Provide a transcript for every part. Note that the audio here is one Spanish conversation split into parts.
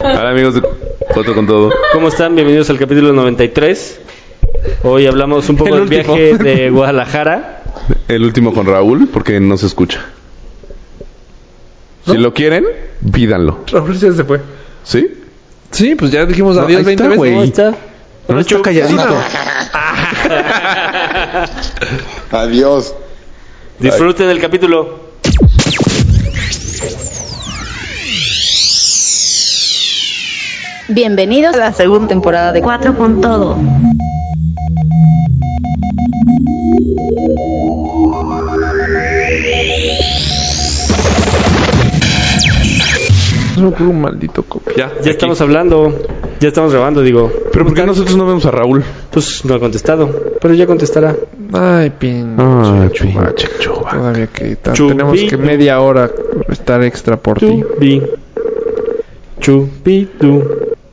Hola amigos de Cuatro con Todo. ¿Cómo están? Bienvenidos al capítulo 93. Hoy hablamos un poco El del último. viaje de Guadalajara. El último con Raúl, porque no se escucha. Si lo quieren, pídanlo. Raúl ya se fue. ¿Sí? Sí, pues ya dijimos adiós ahí 20 está, veces. güey. ¿Cómo está? No está calladito. Ah. Adiós. Disfruten el capítulo. Bienvenidos a la segunda temporada de Cuatro con Todo. Es un culo maldito copo. Ya. Ya estamos hablando. Ya estamos grabando, digo. Pero ¿por qué nosotros no vemos a Raúl? Pues no ha contestado, pero ya contestará. Ay, pin. Ah, chuba, chuba. Todavía que ta- Chubi. tenemos que media hora estar extra por ti. Chupi. Chupitu.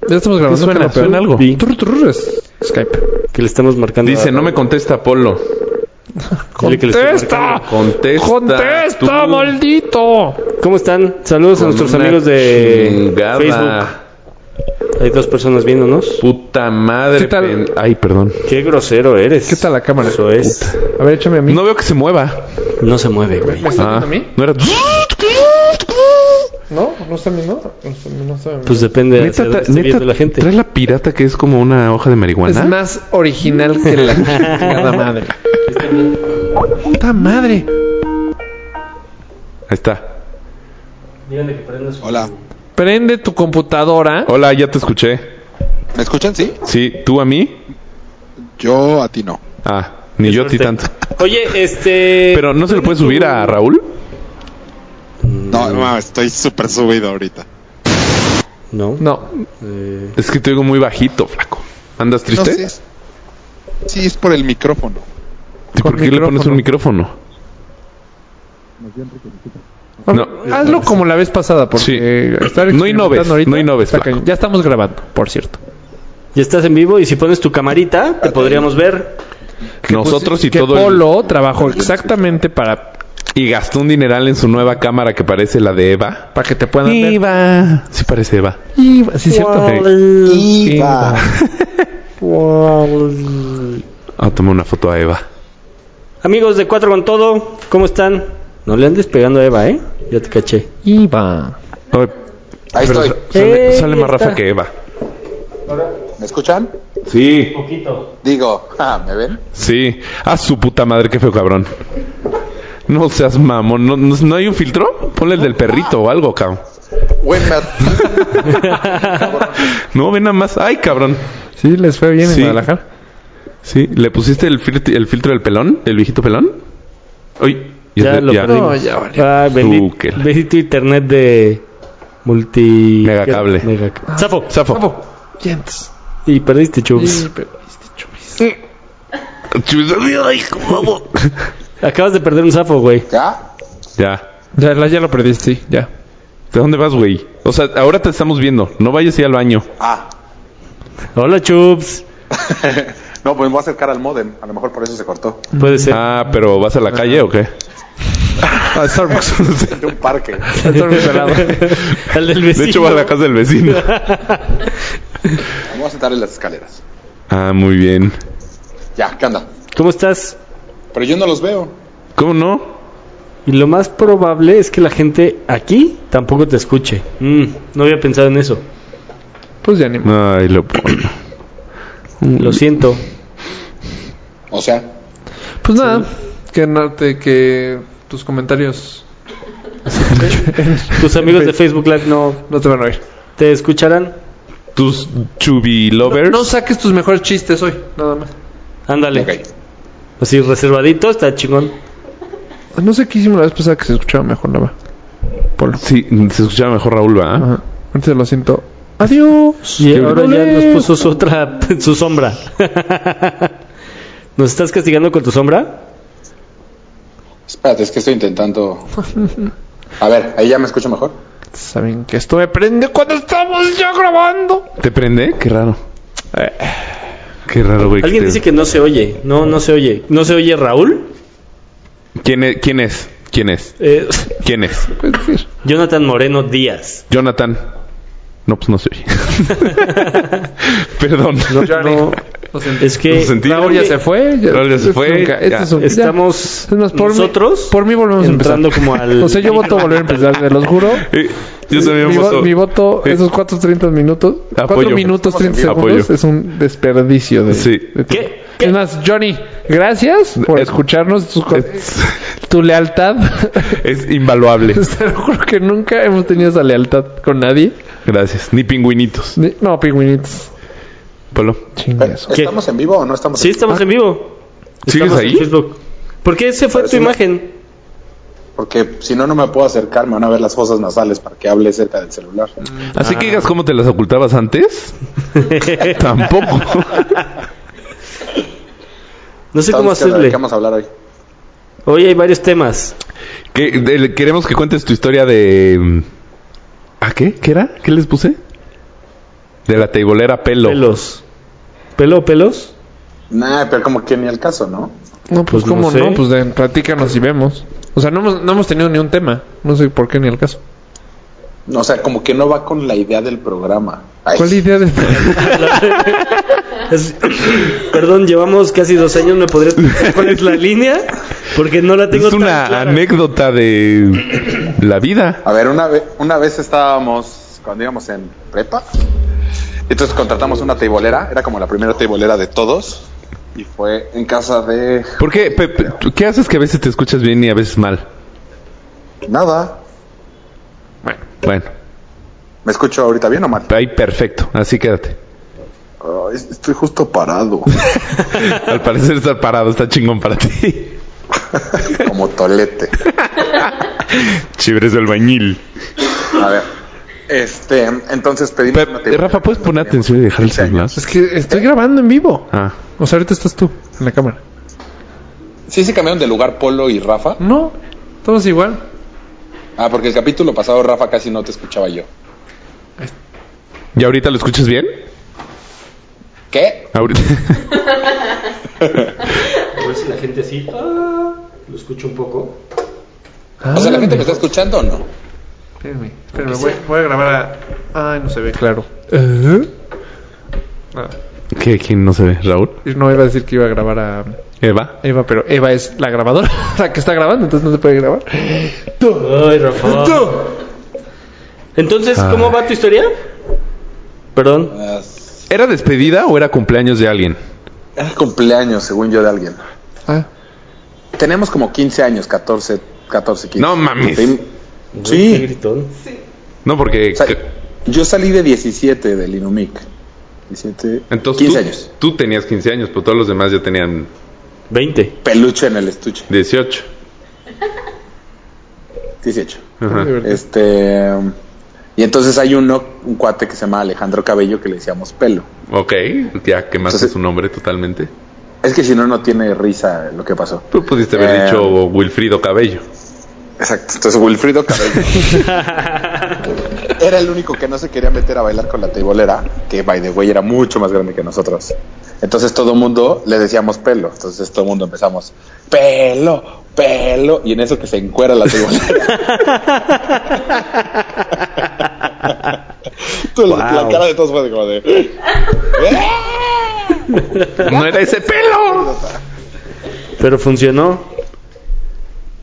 Ya estamos grabando. ¿Qué suena? creo, pero- ¿Suena algo? Sí. Turr, turr, es Skype. Que le estamos marcando. Dice, a- no me contesta Polo. Dile que le estoy ¡Contesta! Contesta. ¡Contesta, tú. maldito! ¿Cómo están? Saludos a Con nuestros una amigos de chingada. Facebook. Hay dos personas viéndonos. Puta madre. ¿Qué tal? pen- Ay, perdón. Qué grosero eres. ¿Qué tal la cámara? Eso es. A ver, échame a mí. No veo que se mueva. Ah. No se mueve, güey. ¿Me está viendo a mí? no era. No, no está viendo. No está no está viendo. Pues depende de Neta, hacia dónde tra- esté neta, viendo la gente. traes la pirata que es como una hoja de marihuana. Es más original que la chingada madre. ¡Puta madre! Ahí está. Díganle que prenda su- Hola. Prende tu computadora. Hola, ya te escuché. ¿Me escuchan? Sí. Sí, tú a mí. Yo a ti no. Ah, ni yo a ti suerte. tanto. Oye, este. Pero no se lo puedes subir a Raúl. No, no mames, estoy súper subido ahorita. No. No, eh, Es que te oigo muy bajito, flaco. ¿Andas No, triste? sí, es, sí, es por el micrófono. ¿Y por Con qué le pones un micrófono? No. Hazlo como la vez pasada, porque Sí. estar No innoves, experimentando ahorita no innoves, está flaco. cañón. Ya estamos grabando, por cierto. Ya estás en vivo y si pones tu camarita, Ah, te podríamos ver. Nosotros y que todo el- Polo trabajó exactamente para, Y gastó un dineral en su nueva cámara que parece la de Eva. para que te puedan ver. Eva. Sí parece Eva. Iba, Sí, cierto. Iba. Ah, tomé una foto a Eva. Amigos de Cuatro con Todo, ¿cómo están? No le andes pegando a Eva, ¿eh? Ya te caché. Iba. Ay, Ahí pero estoy. sa- sale, Ey, sale más está. Rafa que Eva. ¿Me escuchan? Sí, Poquito. Digo, ah, ¿me ven? sí. A su puta madre, qué feo cabrón. No seas mamón. ¿No, no, no hay un filtro? Ponle el del perrito o algo, cabrón. Güey, me... No, ven nada más. Ay, cabrón. Sí, les fue bien Sí. en Guadalajara. Sí, ¿le pusiste el, fil- el filtro del pelón? ¿Del viejito pelón? Uy, Ya te- lo perdimos. No, ya valió. Ah, bendito, Tú, que la- bendito internet de multi... Megacable. Ah. Megac- Zafo. Zafo. Yentes. Y perdiste, Sí, Chubs. pero este chubis. Chus- Ay, guapo. Acabas de perder un zafo, güey. ¿Ya? ya. Ya, la- ya lo perdiste, sí, ya. ¿De dónde vas, güey? O sea, ahora te estamos viendo. No vayas ahí al baño. Ah. Hola, Chubs. No, pues me voy a acercar al modem. A lo mejor por eso se cortó. Puede ser. Ah, pero ¿vas a la calle o qué? Ah, Starbucks. De un parque. Starbucks al lado. El del vecino. De hecho, va a la casa del vecino. Me voy a sentar en las escaleras. Ah, muy bien. Ya, ¿qué anda? ¿Cómo estás? Pero yo no los veo. ¿Cómo no? Y lo más probable es que la gente aquí tampoco te escuche. Mm, no había pensado en eso. Pues ya ni modo. Ay, lo pongo. Lo siento. O sea, Pues nada, que, no te- que tus comentarios Tus amigos de Facebook Live no no te van a oír. te escucharán. Tus chubby lovers. No saques tus mejores chistes hoy, nada más. Ándale. ok. Así reservadito, está chingón. No sé qué hicimos la vez pasada que se escuchaba mejor, nada más. Polo. Sí, se escuchaba mejor Raúl, Ah. ¿va? Ajá. Antes lo siento. Adiós. Y ahora ya Ole. nos puso su otra, su sombra. ¿Nos estás castigando con tu sombra? Espérate, es que estoy intentando. A ver, ahí ya me escucho mejor. Saben que esto me prende cuando estamos ya grabando. ¿Te prende? Qué raro. Qué raro, güey. Alguien te- dice que no se oye. No, no se oye. ¿No se oye Raúl? ¿Quién es? ¿Quién es? ¿Quién es? Eh, ¿Quién es? Puedes decir. Jonathan Moreno Díaz. Jonathan. No, pues no se oye. Perdón. Ya No, ni- lo sentí. es que Lo sentí. Raúl Oh, ya se fue. ya- Raúl ya se esto fue, nunca- esto ya. es un- ya. estamos Es más, por mí- nosotros por mí volvemos a empezar. entrando como al O sea, yo voto volver a empezar, se los juro. Eh, yo también mi, vo- voto. Eh, mi voto, Sí. esos 4 30 minutos, Apoyo. 4 minutos 30 Apoyo. segundos es un desperdicio de, Sí. de tiempo. ¿Qué? ¿Qué? Es más, Johnny, gracias por Eh, escucharnos. tus co- Es, tu lealtad. es invaluable. Te lo juro que nunca hemos tenido esa lealtad con nadie. Gracias. Ni pingüinitos. Ni- No, pingüinitos. Polo. Chingas. ¿Qué? ¿Estamos en vivo o no estamos Sí, en vivo? estamos en vivo. Ah. ¿Sigues Estamos ahí? Ah, En Facebook. ¿Por qué se fue tu Parece una- imagen? Porque si no, no me puedo acercar, me van a ver las fosas nasales para que hable cerca del celular. Así que digas cómo te las ocultabas antes. Tampoco. No sé cómo Entonces, ¿qué- de hacerle. ¿Qué vamos a hablar hoy? Hoy hay varios temas. Que- de- queremos que cuentes tu historia de. ¿A qué? ¿Qué era? ¿Qué les puse? De la teibolera pelo. Pelos. ¿Pelo, pelos? Nah, pero como que ni al caso, ¿no? No, pues, Pues no ¿cómo no? sé. Pues de, platícanos y vemos. O sea, no hemos, no hemos tenido ni un tema. No sé por qué ni el caso. O sea, como que no va con la idea del programa. Ay, ¿Cuál idea de.? este Es- Perdón, llevamos casi dos años. ¿Me podrías explicar cuál es la línea? Porque no la tengo es tan una clara. anécdota de la vida. A ver, una, ve- una vez estábamos, cuando íbamos en prepa, entonces contratamos una teibolera, era como la primera teibolera de todos, y fue en casa de... ¿Por qué? Pepe, ¿tú ¿Qué haces que a veces te escuchas bien y a veces mal? Nada, Bueno, ¿me escucho ahorita bien o mal? ahí perfecto. Así quédate. Ay, estoy justo parado, Al parecer estar parado está chingón para ti. como tolete. Chibres del bañil. A ver, este, entonces pedimos una eh, teibolera. Rafa, ¿puedes poner atención y dejar el celular? Es que estoy grabando en vivo. Ah, O sea, ahorita estás tú en la cámara. Sí se cambiaron de lugar Polo y Rafa. No, todos igual. Ah, porque el capítulo pasado Rafa casi no te escuchaba yo. ¿y ahorita lo escuchas bien? ¿Qué? Ahorita. A ver si la gente así. lo escucho un poco. O sea, ¿la gente me está escuchando o no? Espérame, espérame, Ah, voy, voy a grabar a... Ay, no se ve Eh. claro. Ah, ¿Qué? ¿Quién no se ve? ¿Raúl? y no iba a decir que iba a grabar a ¿Eva? Eva, pero Eva es la grabadora, la que está grabando, entonces no se puede grabar. ¡Tú! Ay, Rafa. ¡Tú! Entonces, Ah. ¿cómo va tu historia? Perdón. Ah, ¿Era despedida o era cumpleaños de alguien? Era cumpleaños, según yo, de alguien. Ah, Tenemos como 15 años, 14, 14, 15. No mames. Sí. Qué Sí. gritón. No, porque... O sea, yo salí de 17 del Inumic. 17, Entonces 15 tú, años. tú tenías 15 años, pero todos los demás ya tenían 20. Peluche en el estuche. 18. 18. Ajá. de verdad. Este. Y entonces hay uno, un cuate que se llama Alejandro Cabello, que le decíamos pelo. Ok, ya quemaste Entonces- su nombre totalmente. Es que si no, no tiene risa lo que pasó. Tú pudiste haber Eh, dicho Wilfrido Cabello. Exacto. Entonces, Wilfrido Cabello. era el único que no se quería meter a bailar con la teibolera, que by the way era mucho más grande que nosotros. Entonces todo mundo le decíamos pelo. Entonces todo mundo empezamos, pelo, pelo. Y en eso que se encuera la teibolera. Tú, la- la, cara de todos fue de como de. ¡No era ese pelo! Pero funcionó.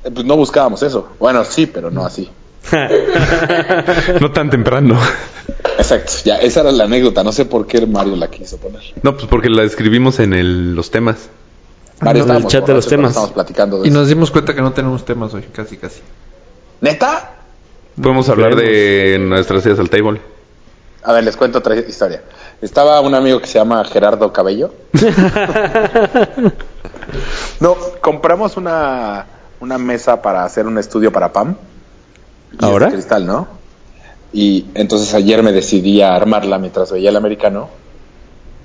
Eh, Pues no buscábamos eso. Bueno, sí, pero no así. No tan temprano. Exacto. Ya, esa era la anécdota. No sé por qué Mario la quiso poner. No, pues porque la escribimos en el- los temas. Mario, Ah, no, el estábamos chat de los borrachos, pero temas. Estamos platicando de Y eso. nos dimos cuenta que no tenemos temas hoy, casi, casi. ¿Neta? Podemos hablar de nuestras ideas al table. A ver, les cuento otra historia. Estaba un amigo que se llama Gerardo Cabello. no, compramos una, una mesa para hacer un estudio para PAM. Y ¿Ahora? es de cristal, ¿no? Y entonces ayer me decidí a armarla mientras veía el americano.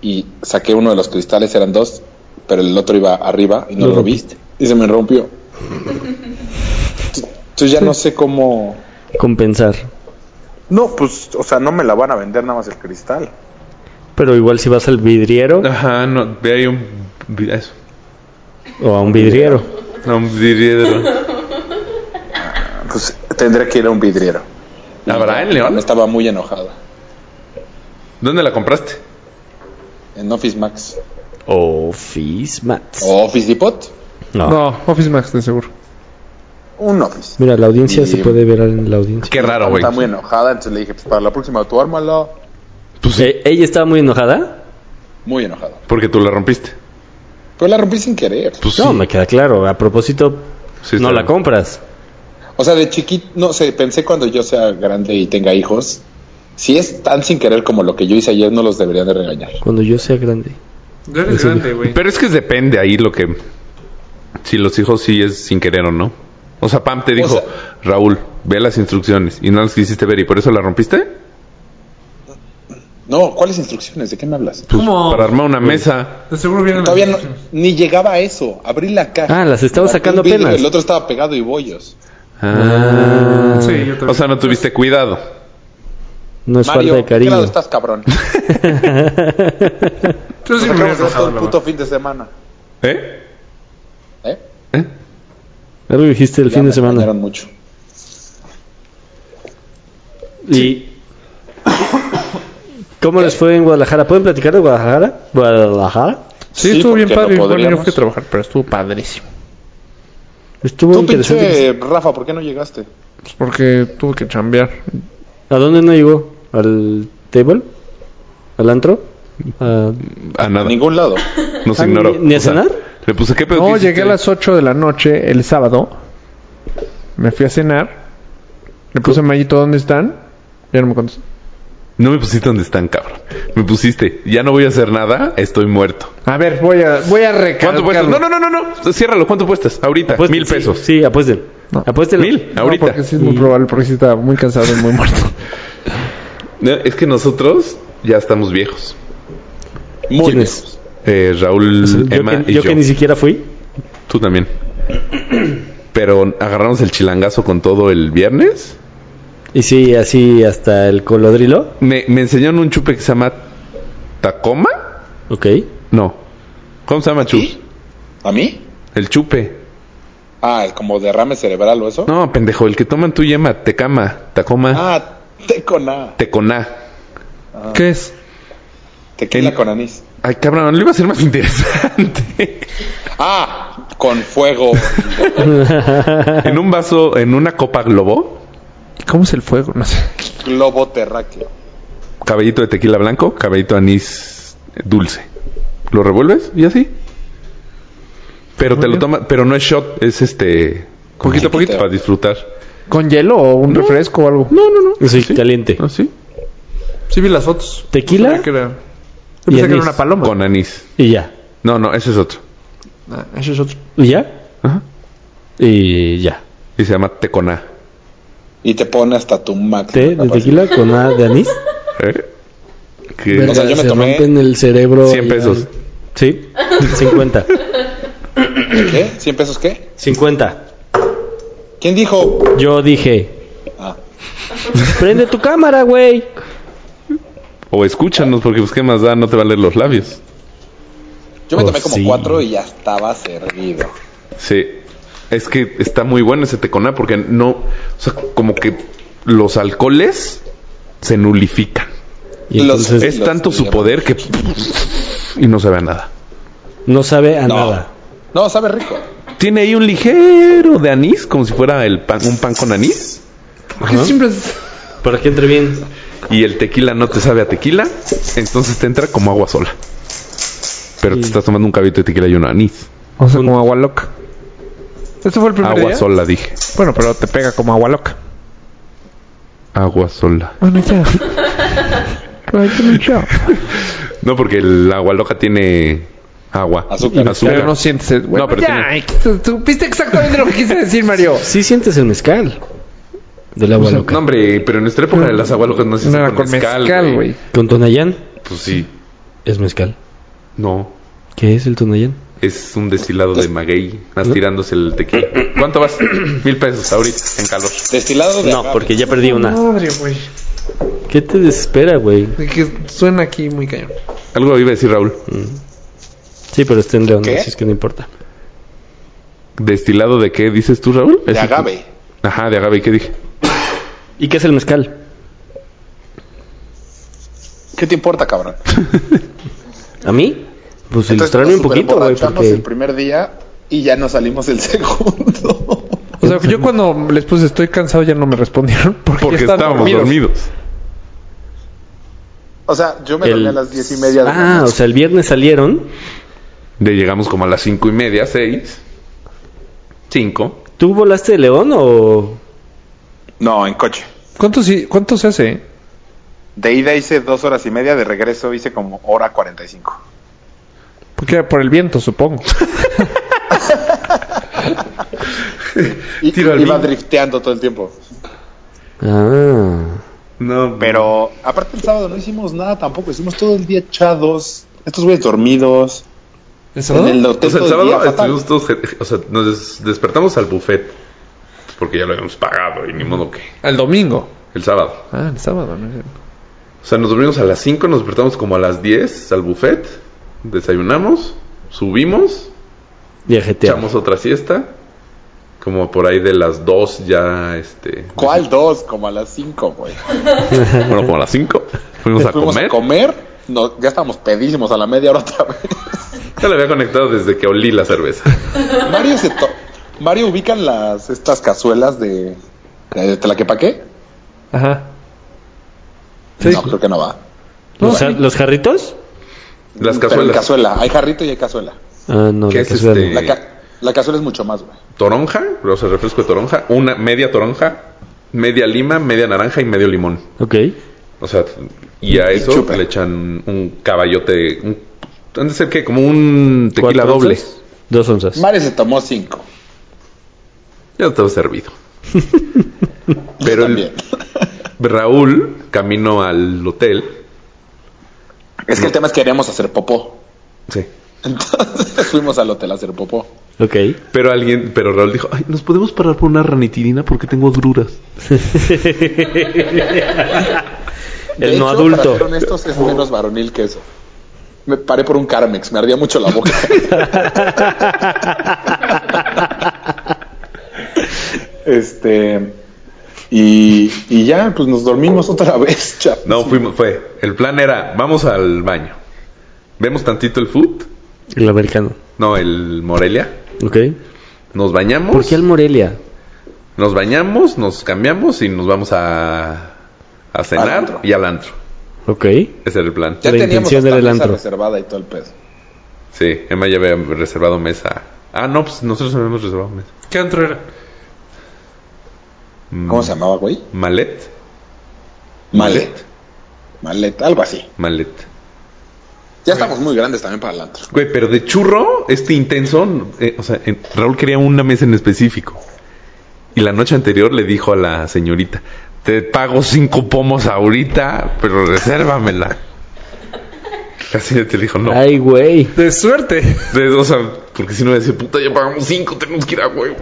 Y saqué uno de los cristales, eran dos, pero el otro iba arriba y no Lo lo viste. Y se me rompió. Tú ya no sé cómo... Compensar. No, pues, o sea, no me la van a vender nada más el cristal. Pero igual si vas al vidriero Ajá, no, ve ahí un... Eso. o a un vidriero. No, diría- Pues tendré que ir a un vidriero. ¿Habrá en León? Estaba muy enojada. ¿Dónde la compraste? En Office Max. Office Mats. ¿O Office Depot? Ah. No. No, Office Max, de seguro. Un Office. Mira, la audiencia Y- se puede ver en la audiencia. Qué raro, güey. Está muy enojada, entonces le dije, pues para la próxima tú ármala. Eh, ¿Ella estaba muy enojada? Muy enojada. Porque tú la rompiste. Pero la rompí sin querer. Pues no, sí. me queda claro. A propósito, Sí, no está la bien. compras. O sea, de chiquito, no sé, pensé cuando yo sea grande y tenga hijos, si es tan sin querer como lo que yo hice ayer, no los deberían de regañar. Cuando yo sea grande. Ya eres Sí. grande, güey. Pero es que depende ahí lo que. Si los hijos sí es sin querer o no. O sea, Pam te dijo, sea- Raúl, ve las instrucciones. Y no las quisiste ver y por eso la rompiste. Pues, No, ¿cuáles instrucciones? ¿De qué me hablas? Pues, ¿Cómo? para armar una mesa. De seguro vienen Todavía no, las instrucciones. ni llegaba a eso. Abrí la caja. Ah, las estaba Abrí sacando un vidrio, apenas. El otro estaba pegado y bollos. Ah. Sí, yo también. o sea, no tuviste cuidado. No es Mario, falta de ¿qué grado cariño. estás, cabrón? Yo sí Nos me hubiera acabamos de ver todo enojado, el la puto verdad. fin de semana. ¿Eh? ¿Eh? ¿Eh? Algo dijiste el Ya fin me de semana. engañaron mucho. ¿Y cómo les fue en Guadalajara? ¿Pueden platicar de Guadalajara? ¿Guadalajara? Sí, Sí, estuvo bien porque padre. no Bueno, yo no podríamos. fui a trabajar, pero estuvo padrísimo. Estuvo Tú, interesante. pinche Rafa, ¿por qué no llegaste? Pues porque tuve que chambear. Pues ¿A dónde no llegó? ¿Al table? ¿Al antro? ¿A- A A nada. ningún lado. Nos Ah, ignoró. ni- ni a O sea, cenar? le puse qué pedo. No, que hiciste?" llegué a las 8 de la noche el sábado. Me fui a cenar. Le puse a Mayito, ¿dónde están? Ya no me contestó. No me pusiste donde están, cabrón. Me pusiste. Ya no voy a hacer nada. Estoy muerto. A ver, voy a, voy a ¿Cuánto recalcarlo. puestas? No, no, no, no, no. Ciérralo. ¿Cuánto puestas? Ahorita. Apuesten, Mil sí, pesos. Sí, apuesten. No. Apuesten. Mil. No, Ahorita. Mm. porque sí es muy probable, porque sí estaba muy cansado y muy muerto. No, es que nosotros ya estamos viejos. Muy ¿Quién lejos. es? Eh, Raúl, Yo, Emma que, y yo yo. que ni siquiera fui. Tú también. Pero agarramos el chilangazo con todo el viernes. Y sí, así hasta el colodrilo. Me, me enseñaron un chupe que se llama Tacoma. Ok. No. ¿Cómo se llama Chus? ¿Sí? ¿A mí? El chupe. Ah, como derrame cerebral o eso. No, pendejo. El que toman tú y Emma. Tecama. Tacoma. Ah, té con A. Teconá. ¿Qué es? Tequila El- con anís. Ay, cabrón. Lo iba a ser más interesante. Ah, con fuego. en un vaso, en una copa globo. ¿Cómo es el fuego? No sé. Globo terráqueo. Cabellito de tequila blanco. Cabellito de anís dulce. Lo revuelves y así. Pero te lo tomas. Pero no es shot. Es este... Poquito a poquito chiquito. para disfrutar. ¿Con hielo o un refresco o algo? No, no, no. Sí, caliente. Ah, ¿Así? Sí vi las fotos. Tequila Pensé que era, Y pensé que era anís. una paloma. Con anís. y ya. No, no, ese es otro. Ah, eso es otro. ¿Y ya? Ajá. Y ya. Y se llama teconá. Y te pone hasta tu max. Té de Capaz. tequila con A de anís. ¿Eh? Que- O sea, yo me se tomé rompen el cerebro. 100 ahí pesos. al- Sí, 50. ¿Qué? ¿100 pesos qué? 50. ¿Quién dijo? Yo dije, Ah, prende tu cámara, güey. O escúchanos, porque pues qué más da, no te van a leer los labios. yo me Oh, tomé como sí. cuatro y ya estaba servido. Sí. Es que está muy bueno ese teconá porque no... O sea, como que los alcoholes se nulifican. Y Los- entonces Es Los- tanto su poder que... Y no se ve a nada. no sabe a No. nada. No, sabe rico. Tiene ahí un ligero de anís, como si fuera el pan- un pan con anís. Porque siempre es- Para que entre bien. Y el tequila no te sabe a tequila, entonces te entra como agua sola. Pero te estás tomando un cabito de tequila y un anís. O sea, como agua loca. ¿Este fue el primer Agua día? sola, dije. Bueno, pero te pega como agua loca. Agua sola. Bueno, Ah, ya. Pero hay que luchar. No, porque el agua loca tiene agua. Azúcar. Pero no sientes el... Bueno, pero ya. tiene- ay, tú- tú Supiste exactamente lo que quise decir, Mario. Sí sientes el mezcal. Del agua loca. No, hombre, pero en nuestra época de las aguas locas no se No hacían era con mezcal, güey. Con Tonayán Pues sí. es mezcal. No. ¿Qué es el Tonayán? Es un destilado de maguey. Más tirándose el tequila. ¿Cuánto vas? Mil pesos ahorita, en calor. Destilado de agave. No, porque ya perdí una. Madre, güey. ¿Qué te desespera, güey? De Que suena aquí muy cañón. Algo iba a decir Raúl. Sí, pero está en León, ¿Qué? así es que no importa. ¿Destilado ¿Destilado de qué dices tú, Raúl? De agave. Ajá, de agave. ¿Qué dije? ¿Y qué es el mezcal? ¿Qué te importa, cabrón? ¿A mí? Pues Entonces, ilustrarme nos un poquito, güey, superborrachamos porque... el primer día y ya no salimos el segundo. O sea, yo cuando les puse estoy cansado ya no me respondieron porque, Porque están estábamos dormidos. o sea, yo me dormí el- a las diez y media. de la Ah, o noche. sea, el viernes salieron. De llegamos como a las cinco y media, seis. Cinco. ¿Tú volaste de León o...? No, en coche. ¿Cuánto, sí- ¿Cuánto se hace? De ida hice dos horas y media, de regreso hice como hora cuarenta y cinco. Porque por el viento, supongo. Y Tiro al iba viento. drifteando todo el tiempo. Ah... No, Pero aparte el sábado no hicimos nada tampoco, hicimos todo el día echados, estos güeyes dormidos. En el hotel O sea, el todo el sábado día, estuvimos fatal. todos, o sea, nos des- despertamos al buffet porque ya lo habíamos pagado y ni modo que Al domingo. el sábado. Ah, el sábado, ¿no? O sea, nos dormimos a las 5, nos despertamos como a las 10 al buffet, desayunamos, subimos, Viajetear. echamos otra siesta, como por ahí de las 2 ya este ¿Cuál dos? Como a las cinco, güey. Bueno, como a las 5 fuimos a Fuimos comer. a comer, no, ya estábamos pedísimos a la media hora otra vez. Ya la había conectado desde que olí la cerveza. Mario se to- Mario ubican las estas cazuelas de, de Tlaquepaque. Ajá. No, creo que no va. ¿Los, ja- los jarritos? Las Pero en cazuelas. cazuela, hay jarrito y hay cazuela. Ah, no, ¿Qué la es cazuela este? no. La, ca- la cazuela es mucho más, güey. Toronja, o sea, refresco de toronja, una media toronja, media lima, media naranja y medio limón. Ok. O sea, y a Y eso chupe. le echan un caballote, un, han de ser que como un tequila ¿Cuatro doble. onzas? Dos onzas. Mario se tomó cinco. Ya estaba servido. Yo Pero el- también. Raúl camino al hotel. Es que el tema es que queríamos hacer popó. Sí. Entonces fuimos al hotel a hacer popó. Ok. Pero alguien, pero Raúl dijo, ay, nos podemos parar por una ranitidina porque tengo agruras. De El no hecho, adulto. Para ser honestos, es menos varonil que eso. Me paré por un Carmex, me ardía mucho la boca. este. Y, y ya, pues nos dormimos otra vez, chap. No, fuimos, fue. El plan era, vamos al baño. Vemos tantito el foot, El americano. no, el Morelia. Ok. Nos bañamos. ¿Por qué al Morelia? Nos bañamos, nos cambiamos y nos vamos a, a cenar Al antro. y al antro. Ok. Ese era el plan. Ya La teníamos intención hasta del mesa antro. reservada y todo el pedo. Sí, Emma ya había reservado mesa. Ah, no, pues nosotros habíamos reservado mesa. ¿Qué antro era? Mm, ¿Cómo se llamaba, güey? Malet. Malet. Malet, algo así. Malet. Ya estamos muy grandes también para el antro. Güey, pero de churro, este intenso, eh, o sea, en- Raúl quería una mesa en específico. Y la noche anterior le dijo a la señorita, te pago cinco pomos ahorita, pero resérvamela. La señora te dijo, no. Ay, güey. De suerte. De- o sea, porque si no decía, puta, ya pagamos cinco, tenemos que ir a huevo.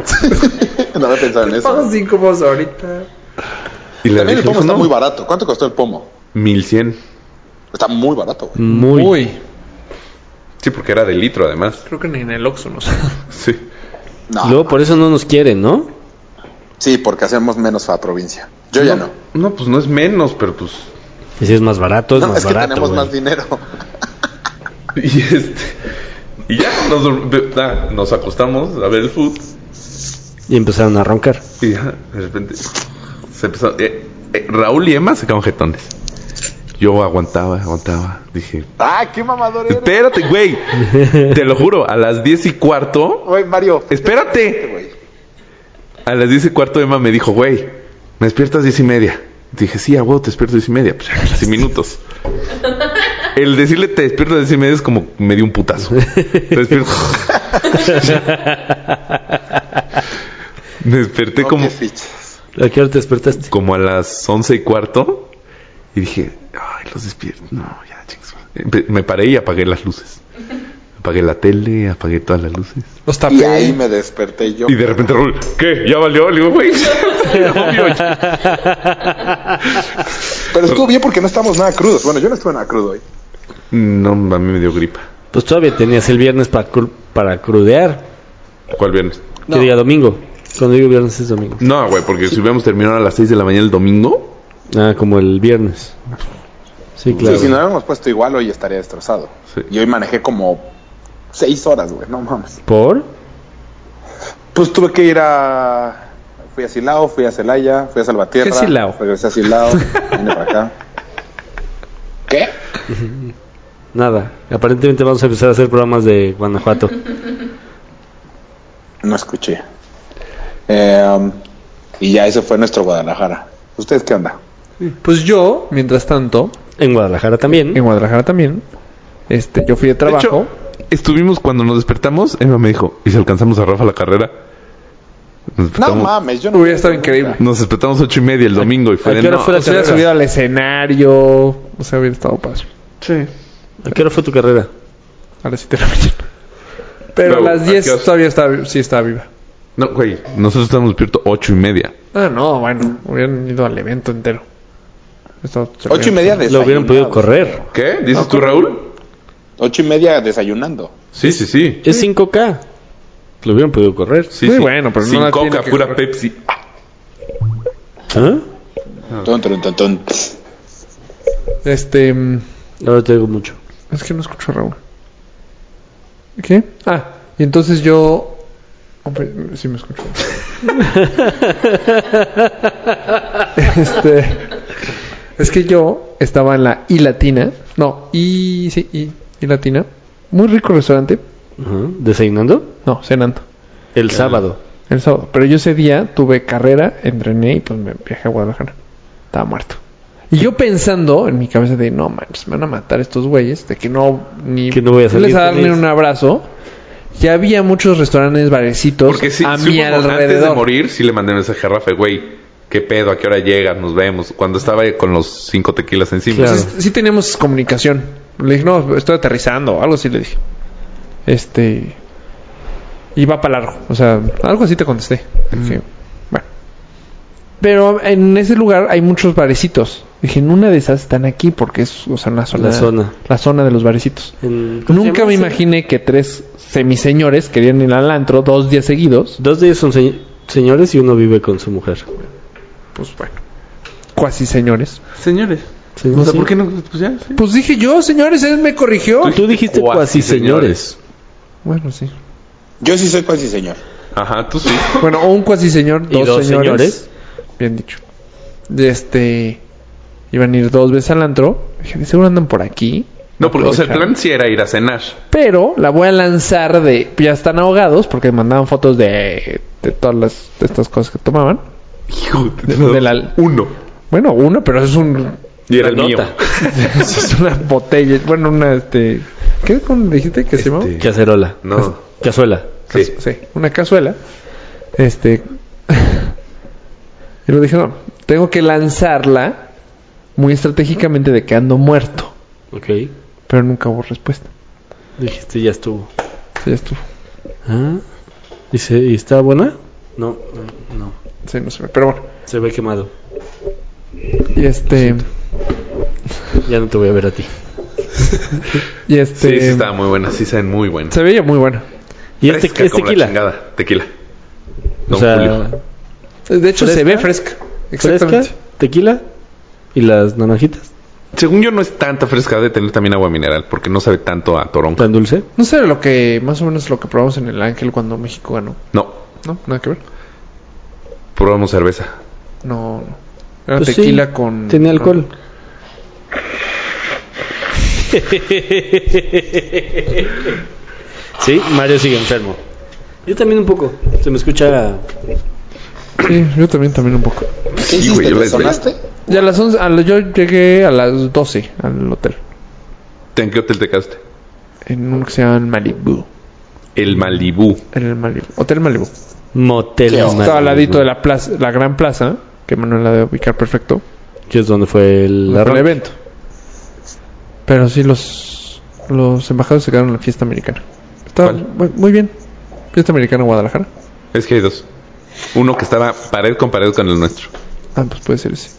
no había pensado en eso. cinco vos ahorita. Y le También el dije, pomo está no, muy barato. ¿Cuánto costó el pomo? 1100. Está muy barato, güey. Muy. Uy, Sí, porque era de litro además. creo que ni en el Oxxo no sé. Sí. No. Luego por eso no nos quieren, ¿no? Sí, porque hacemos menos a provincia. Yo ya no. No, pues no es menos, pero pues. Y si es más barato, es No, más es que barato. tenemos güey. más dinero. Y este. Y ya nos, dur- ah, nos acostamos a ver el food. y empezaron a roncar. Y ya, de repente. Se empezó. eh, eh, Raúl y Emma se quedaron jetones. Yo aguantaba, aguantaba. Dije, ¡Ah, qué mamador eres! espérate, güey. Te lo juro, a las diez y cuarto. Güey, Mario. Espérate. güey. A las diez y cuarto Emma me dijo, güey, me despiertas diez y media. Dije, sí, a huevo, te despierto diez y media. Pues, casi minutos. El decirle te despierto diez y media es como me dio un putazo. Te despierto. me desperté No, como, qué fichas. ¿A qué hora te despertaste? como a las once y cuarto. Y dije, ay, los despierto. No, ya, chicos. Empe- Me paré y apagué las luces. Apagué la tele, apagué todas las luces. Los Y tapé. ahí me desperté yo. Y de repente Raúl, ¿qué? ¿Ya valió? Le digo, güey, obvio, ya". Pero estuvo bien porque no estamos nada crudos. Bueno, yo no estuve nada crudo hoy. No, a mí me dio gripa. Pues todavía tenías el viernes para, cru- para crudear. ¿Cuál viernes? Que diga domingo. Cuando digo viernes es domingo. No, güey, porque si hubiéramos terminado a las 6 de la mañana el domingo, Ah, como el viernes. Sí, claro. Sí, si no hubiéramos puesto igual, hoy estaría destrozado. Sí. Y hoy manejé como seis horas, güey, no mames. ¿Por? Pues tuve que ir a. Fui a Silao, fui a Celaya, fui a Salvatierra. ¿Qué es Silao? Regresé a Silao, vine para acá. ¿Qué? Nada. Aparentemente vamos a empezar a hacer programas de Guanajuato. No escuché. Eh, y ya ese fue nuestro Guadalajara. ¿Ustedes qué onda? Pues yo, mientras tanto, En Guadalajara también. en Guadalajara también, este, yo fui de trabajo. hecho, estuvimos cuando nos despertamos, Emma me dijo, ¿y si alcanzamos a Rafa la carrera? Nos No despertamos, mames, yo no. Hubiera estado increíble. nos despertamos ocho y media el domingo y fue ¿A de, qué hora "No". fue la Se hubiera carrera? subido al escenario. O sea, hubiera estado padre. ¿A qué hora fue tu carrera? A las 7 de la mañana. Pero Luego, a las ¿a qué 10 hora? todavía está, vi- sí está viva. No, güey, nosotros estábamos despiertos ocho y media. Ah, no, bueno. Hubieran ido al evento entero. Estaba- Ocho y media desayunando. Lo hubieran podido correr. ¿Qué? ¿Dices tú, Raúl? Ocho y media desayunando. Sí, sí, sí. Es 5K. Lo hubieran podido correr. Sí, Muy sí. bueno, pero no Sin la tiene coca, que pura correr. Pepsi. Ah, ¿Ah? Ton, ton, ton, ton. Este. mm, Ahora te digo mucho. Es que no escucho a Raúl. ¿Qué? Ah, y entonces yo. Hombre, sí me escucho. este. Es que yo estaba en la I Latina. No, I. Sí, I, I Latina. Muy rico restaurante. Ajá. ¿Desayunando? No, cenando. El sábado. El sábado. Pero yo ese día tuve carrera, entrené y pues me viajé a Guadalajara. Estaba muerto. Y yo pensando en mi cabeza de no manches, me van a matar estos güeyes, de que no ni Que no voy a salir les a con darme ellos. un abrazo. Ya había muchos restaurantes, barecitos Porque sí, a sí mi hubo- antes de alrededor. morir, sí le mandé mensaje a Rafa, güey, ¿qué pedo? ¿A qué hora llegas? Nos vemos. Cuando estaba con los cinco tequilas encima. Claro. Entonces, Pues Sí teníamos comunicación. Le dije, no, estoy aterrizando, o algo así le dije. Este. Y va para largo. O sea, algo así te contesté. Dije, bueno. Pero en ese lugar hay muchos barecitos. Dije, en una de esas están aquí porque es o sea, una zona. La zona. La zona de los barecitos. En- ¿cómo se Nunca llama me ese? imaginé que tres semiseñores querían ir al antro dos días seguidos. Dos de ellos son se- señores y uno vive con su mujer. Pues bueno. Cuasi señores. señores, Sí, o sea, sí. ¿por qué no? Pues ya, sí. Pues dije yo, señores, él me corrigió. Tú dijiste cuasi Cuasi señores. Bueno, sí. Yo sí soy cuasi señor. Ajá, tú sí. Bueno, o un cuasi señor, Y dos, dos señores, señores. Bien dicho. De Este. Iban a ir dos veces al antro. Dije, "De seguro andan por aquí. No, porque, o sea, el Aprovechar. plan sí era ir a cenar. Pero la voy a lanzar de. Ya están ahogados porque mandaban fotos de. De todas las, de estas cosas que tomaban. Hijo de, De- de la- Uno. Bueno, uno, pero es un. Y era el mío. Grandota. es una botella. Bueno, una. Este, ¿Qué con- dijiste que se llamaba? Este, Cacerola. No. Cazuela. Sí. Sí, una cazuela. Este. y lo dije, no, tengo que lanzarla muy estratégicamente de que ando muerto. Ok. Pero nunca hubo respuesta. Dijiste ya estuvo. O sea, ya estuvo. Ah. Dice, ¿y está buena? No, no, no. Sí, no se ve, Pero bueno. Se ve quemado. Y este. Ya no te voy a ver a ti. Y Sí, este. sí, estaba muy buena. Sí, saben muy buena. se veía muy buena. Y este, Fresca es como la tequila. chingada. Tequila. O Don Julio. sea, De hecho, se ¿Fresca? ve fresca. fresca, Exactamente. tequila y las naranjitas. Según yo, no es tanta fresca ha de tener también agua mineral, porque no sabe tanto a toronja. Tan dulce. No sé lo que. Más o menos lo que probamos en el Ángel cuando México ganó. No, ¿No? Nada que ver. probamos cerveza. No, no. Era Pues sí, Ah, tequila con. Tenía alcohol. sí, Mario sigue enfermo. Yo también un poco. Se me escucha. Sí, yo también, también un poco. ¿Qué hiciste? güey, yo ¿Te les veo. sonaste? Y a las 11, a la- yo llegué a las 12 al hotel. ¿En qué hotel te quedaste? En uno que se llama Malibu. El Malibú. En el Malibu. Hotel Malibu. Motel. Sí, Mario. Estaba al ladito de la plaza, la gran plaza, que Manuel la debe ubicar perfecto. Que es donde fue el. para el arranque. evento. Pero sí, los, los embajadores se quedaron en la fiesta americana. Estaba ¿Cuál? muy, muy bien. Fiesta americana en Guadalajara. Es que hay dos. Uno que estaba pared con pared con el nuestro. Ah, pues puede ser ese.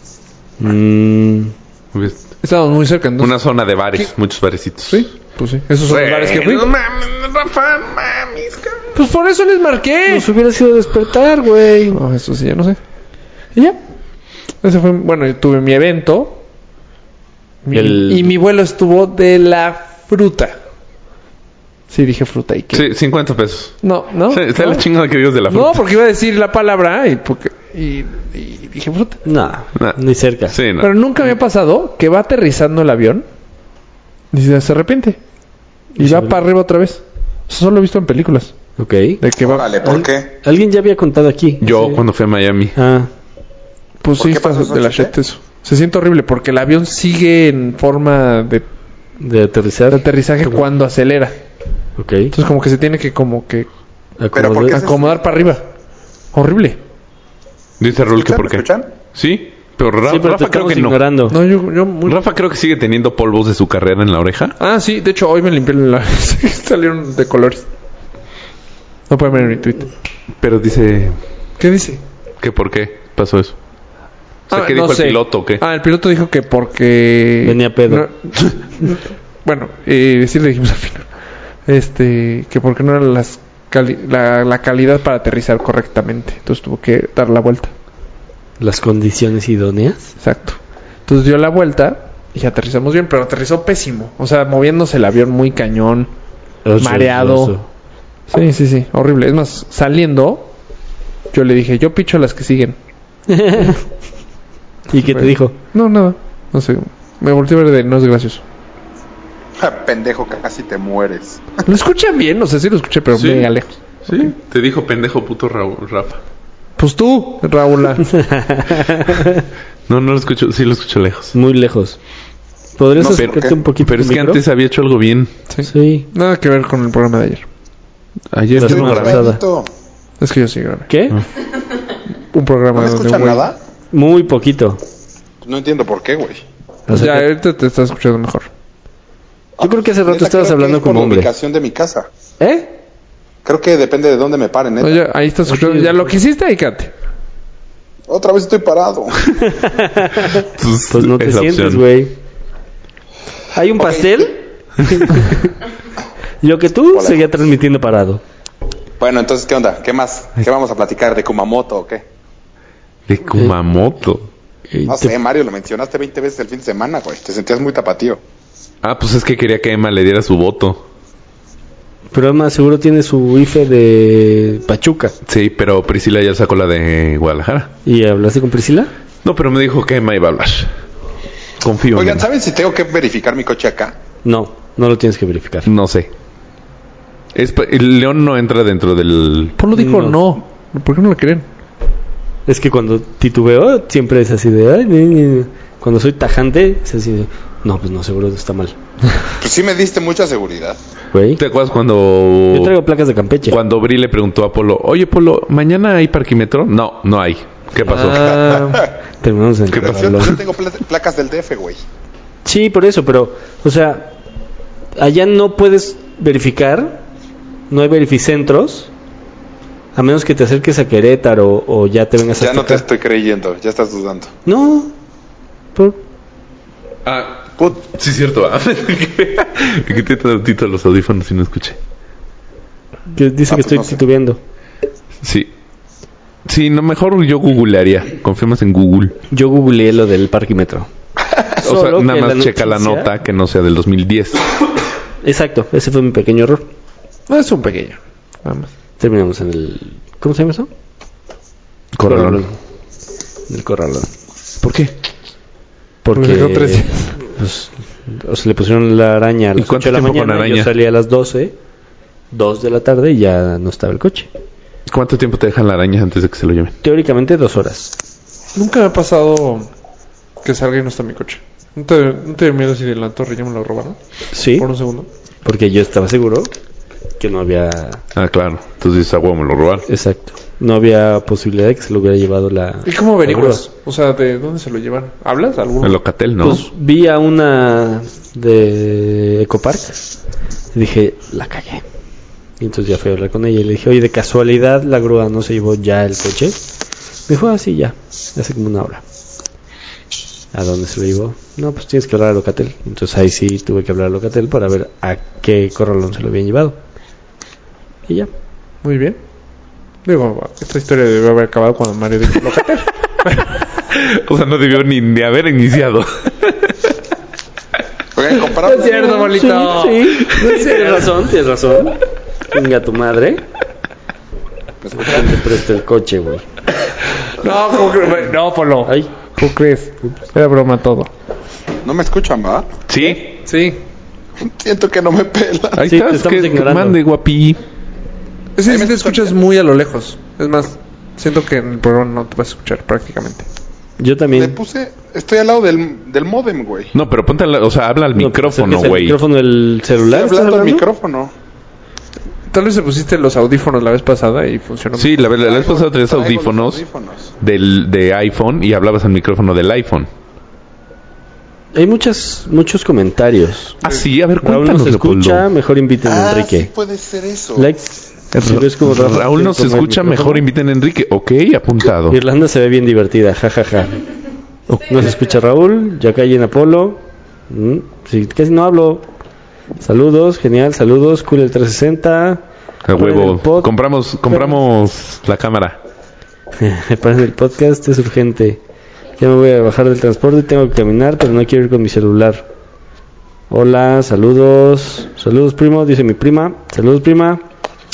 Mm, ¿Ves? Estábamos muy cerca, entonces. Una zona de bares, muchos barecitos. Sí, pues sí. Esos son los bares que fui. No mames, Rafa, mames, cabrón. Pues por eso les marqué. Nos hubiera sido despertar, güey. No, eso sí, ya no sé. Y ya. Ese fue, bueno, yo tuve mi evento. Mi- El- Y mi vuelo estuvo de la fruta. Sí, dije fruta y qué. Sí, 50 pesos. No, no. Está está no. la chingada que digas de la fruta. No, porque iba a decir la palabra y, porque, y, y dije fruta. No, No. ni cerca. Sí, no. Pero nunca me ha pasado que va aterrizando el avión y se se arrepiente. Y va para arriba otra vez. Eso solo lo he visto en películas. Ok. De que va. Vale, ¿Eh? ¿por qué? Alguien ya había contado aquí. Yo Sí. cuando fui a Miami. Ah, Pues ¿Por sí, qué está pasó eso, de la Chente? shit eso. Se siente horrible porque el avión sigue en forma de de aterrizar. aterrizaje cuando acelera. Ok. Entonces como que se tiene que como que Acomodar. ¿por qué haces- acomodar para arriba. Horrible. Dice Raúl que ¿Escuchan? por qué. ¿Escuchan? Sí, pero, Ra- Sí, pero te Rafa creo estamos que no. ignorando. No, yo, yo muy- Rafa creo que sigue teniendo polvos de su carrera en la oreja. Ah, sí, de hecho hoy me limpié la salieron de colores. No pueden ver en mi tweet. Pero dice ¿Qué dice? que por qué pasó eso. O sea, ¿qué dijo el piloto o qué? Ah, el piloto dijo que porque Venía pedo. No- bueno, eh, sí le dijimos al final. Este, que porque no era las cali- la, la calidad para aterrizar correctamente. Entonces tuvo que dar la vuelta. Las condiciones idóneas. Exacto. Entonces dio la vuelta y aterrizamos bien, pero aterrizó pésimo. O sea, moviéndose el avión muy cañón. Mareado. Sí, sí, sí, horrible. Es más, saliendo, yo le dije, yo picho a las que siguen. ¿Y qué te Bueno. dijo? No, nada, no sé. Me volteé a ver de no es gracioso. Ja, Pendejo, casi te mueres. ¿Lo escuchan bien? No sé si lo escuché, pero Sí. mega lejos. Sí, te dijo pendejo puto Raúl, Rafa. Pues tú, Raúl. No, no lo escucho, sí lo escucho lejos. Muy lejos. ¿Podrías No, pero acercarte ¿qué? un poquito? Pero es al que micro? antes había hecho algo bien. Sí. Nada que ver con el programa de ayer. Ayer La yo no semana grabé. Ah. pasada. Benito, Es que yo sí grabé. ¿Qué? Un programa ¿No me donde un escuchan güey- nada? Muy poquito. Pues No entiendo por qué, güey. O sea ya, que- ahorita te estás escuchando mejor. Yo creo que hace rato Neta, estabas creo que hablando es por como la hombre. ubicación de mi casa. ¿Eh? Creo que depende de dónde me paren, neta. No, ya, ahí estás escuchando. Oye. Ya lo que hiciste ahí, Kate. Otra vez estoy parado. Pues, Pues no te es la sientes, opción. güey. ¿Hay un pastel? Lo que tú Hola. seguía transmitiendo parado. bueno, entonces, ¿qué onda? ¿Qué más? ¿Qué vamos a platicar? ¿De Kumamoto o qué? De Kumamoto. Eh, No te- sé, Mario, lo mencionaste 20 veces el fin de semana, güey. Te sentías muy tapatío. Eh. Ah, pues es que quería que Emma le diera su voto. Pero además seguro tiene su IFE de Pachuca. Sí, pero Priscila ya sacó la de Guadalajara. ¿Y hablaste con Priscila? No, pero me dijo que Emma iba a hablar. Confío en Oigan, Emma. ¿saben si tengo que verificar mi coche acá? No, no lo tienes que verificar. No sé. Es pa- el León no entra dentro del... Polo dijo No. no. ¿Por qué no lo creen? Es que cuando titubeo siempre es así de... "Ay, ni, ni, ni". Cuando soy tajante es así de... No, pues no, seguro está mal. Pues sí me diste mucha seguridad. Güey. ¿Te acuerdas Yo cuando... traigo placas de Campeche. Cuando Bri le preguntó a Polo, oye Polo, ¿mañana hay parquímetro? No, no hay. ¿Qué pasó? Ah, Terminamos en ¿Qué Pero pasó? yo, Pablo. yo tengo pla- placas del DF, güey. Sí, por eso, pero, o sea, allá no puedes verificar, no hay verificentros, a menos que te acerques a Querétaro o ya te vengas Ya hasta no te acá. estoy creyendo, ya estás dudando. No, por- Ah, put- sí es cierto. ah. Me quité tantito los audífonos y no escuché. que dice Ah, que pues estoy no sé. titubeando. Sí. Sí, no, mejor yo googlearía. Confiamos en Google. Yo googleé lo del parquímetro. O sea, Ah, Solo nada que más checa la noticia- nota que no sea del 2010. Exacto, ese fue mi pequeño error. no es un pequeño. Nada más. Terminamos en el... ¿Cómo se llama eso? Corralón. En el corralón. ¿Por qué? Porque... Porque dejó tres. pues, o sea, le pusieron la araña a ¿Y las cuánto 8 de la tiempo con mañana. araña? Yo salí a las 12, 2 de la tarde y ya no estaba el coche. ¿Cuánto tiempo te dejan la araña antes de que se lo lleven? Teóricamente dos horas. Nunca me ha pasado que salga y no está mi coche. ¿No te, no te dio miedo si de la torre ya me lo robaron? Sí, Por un segundo. porque yo estaba seguro que no había... Ah, claro. Entonces dices, ah, huevo, me lo robaron. Exacto. No había posibilidad de que se lo hubiera llevado la... ¿Y cómo la averiguas? grúa. O sea, ¿de dónde se lo llevan? ¿Hablas? ¿Alguno? El locatel, ¿no? Pues vi a una de Ecopark y dije, la cagué. Y entonces ya fui a hablar con ella y le dije, oye, de casualidad la grúa no se llevó ya el coche. Me dijo, ah, sí, ya, hace como una hora. ¿A dónde se lo llevó? No, pues tienes que hablar a Locatel. Entonces ahí sí tuve que hablar a Locatel para ver a qué corralón se lo habían llevado. Y ya. Muy bien. Digo, esta historia debe haber acabado cuando Mario dijo "Locatel". O sea, no debió ni, ni haber iniciado. que comparamos. No es cierto, bolito. Sí, sí. Tienes razón, tienes razón. Venga tu madre. ¿Quién Pues, te presta el coche, güey? No, ¿cómo cre- no, Polo. Ay, ¿Cómo crees? Era broma todo. No me escuchan, ¿verdad? Sí. Sí. Siento que no me pela. Ahí Sí, te estás. estamos Que, que ignorando. mande, guapi. Es que te escuchas muy a lo lejos. Es más, siento que en el programa no te vas a escuchar prácticamente. yo Le también. puse. Estoy al lado del, del modem, güey. No, pero ponte, al- o sea, habla al No, micrófono, ¿acercas el güey. micrófono del Estoy celular? hablando al ¿Estás hablando? micrófono. Tal vez se pusiste los audífonos la vez pasada y funcionó. Sí, la verdad, la vez pasada traías Traigo los audífonos audífonos. del, de iPhone y hablabas al micrófono del iPhone. Hay muchas, muchos comentarios. Ah, sí, a ver, Raúl nos cuéntanos, escucha, Leopoldo. mejor inviten a Ah, sí Enrique. puede ser eso. Like, si ves como Rafa Raúl nos toma el escucha, mejor micrófono. inviten a Enrique. Ok, apuntado. Irlanda se ve bien divertida, jajaja. Nos escucha Raúl, ya caí en Apolo. Mm, sí, casi no hablo. Saludos, genial, saludos, cool el 360. A Ponen huevo. el pod- Compramos, compramos la cámara. Para el podcast es urgente. Ya me voy a bajar del transporte y tengo que caminar, pero no quiero ir con mi celular. Hola, saludos. Saludos, primo, dice mi prima. Saludos, prima.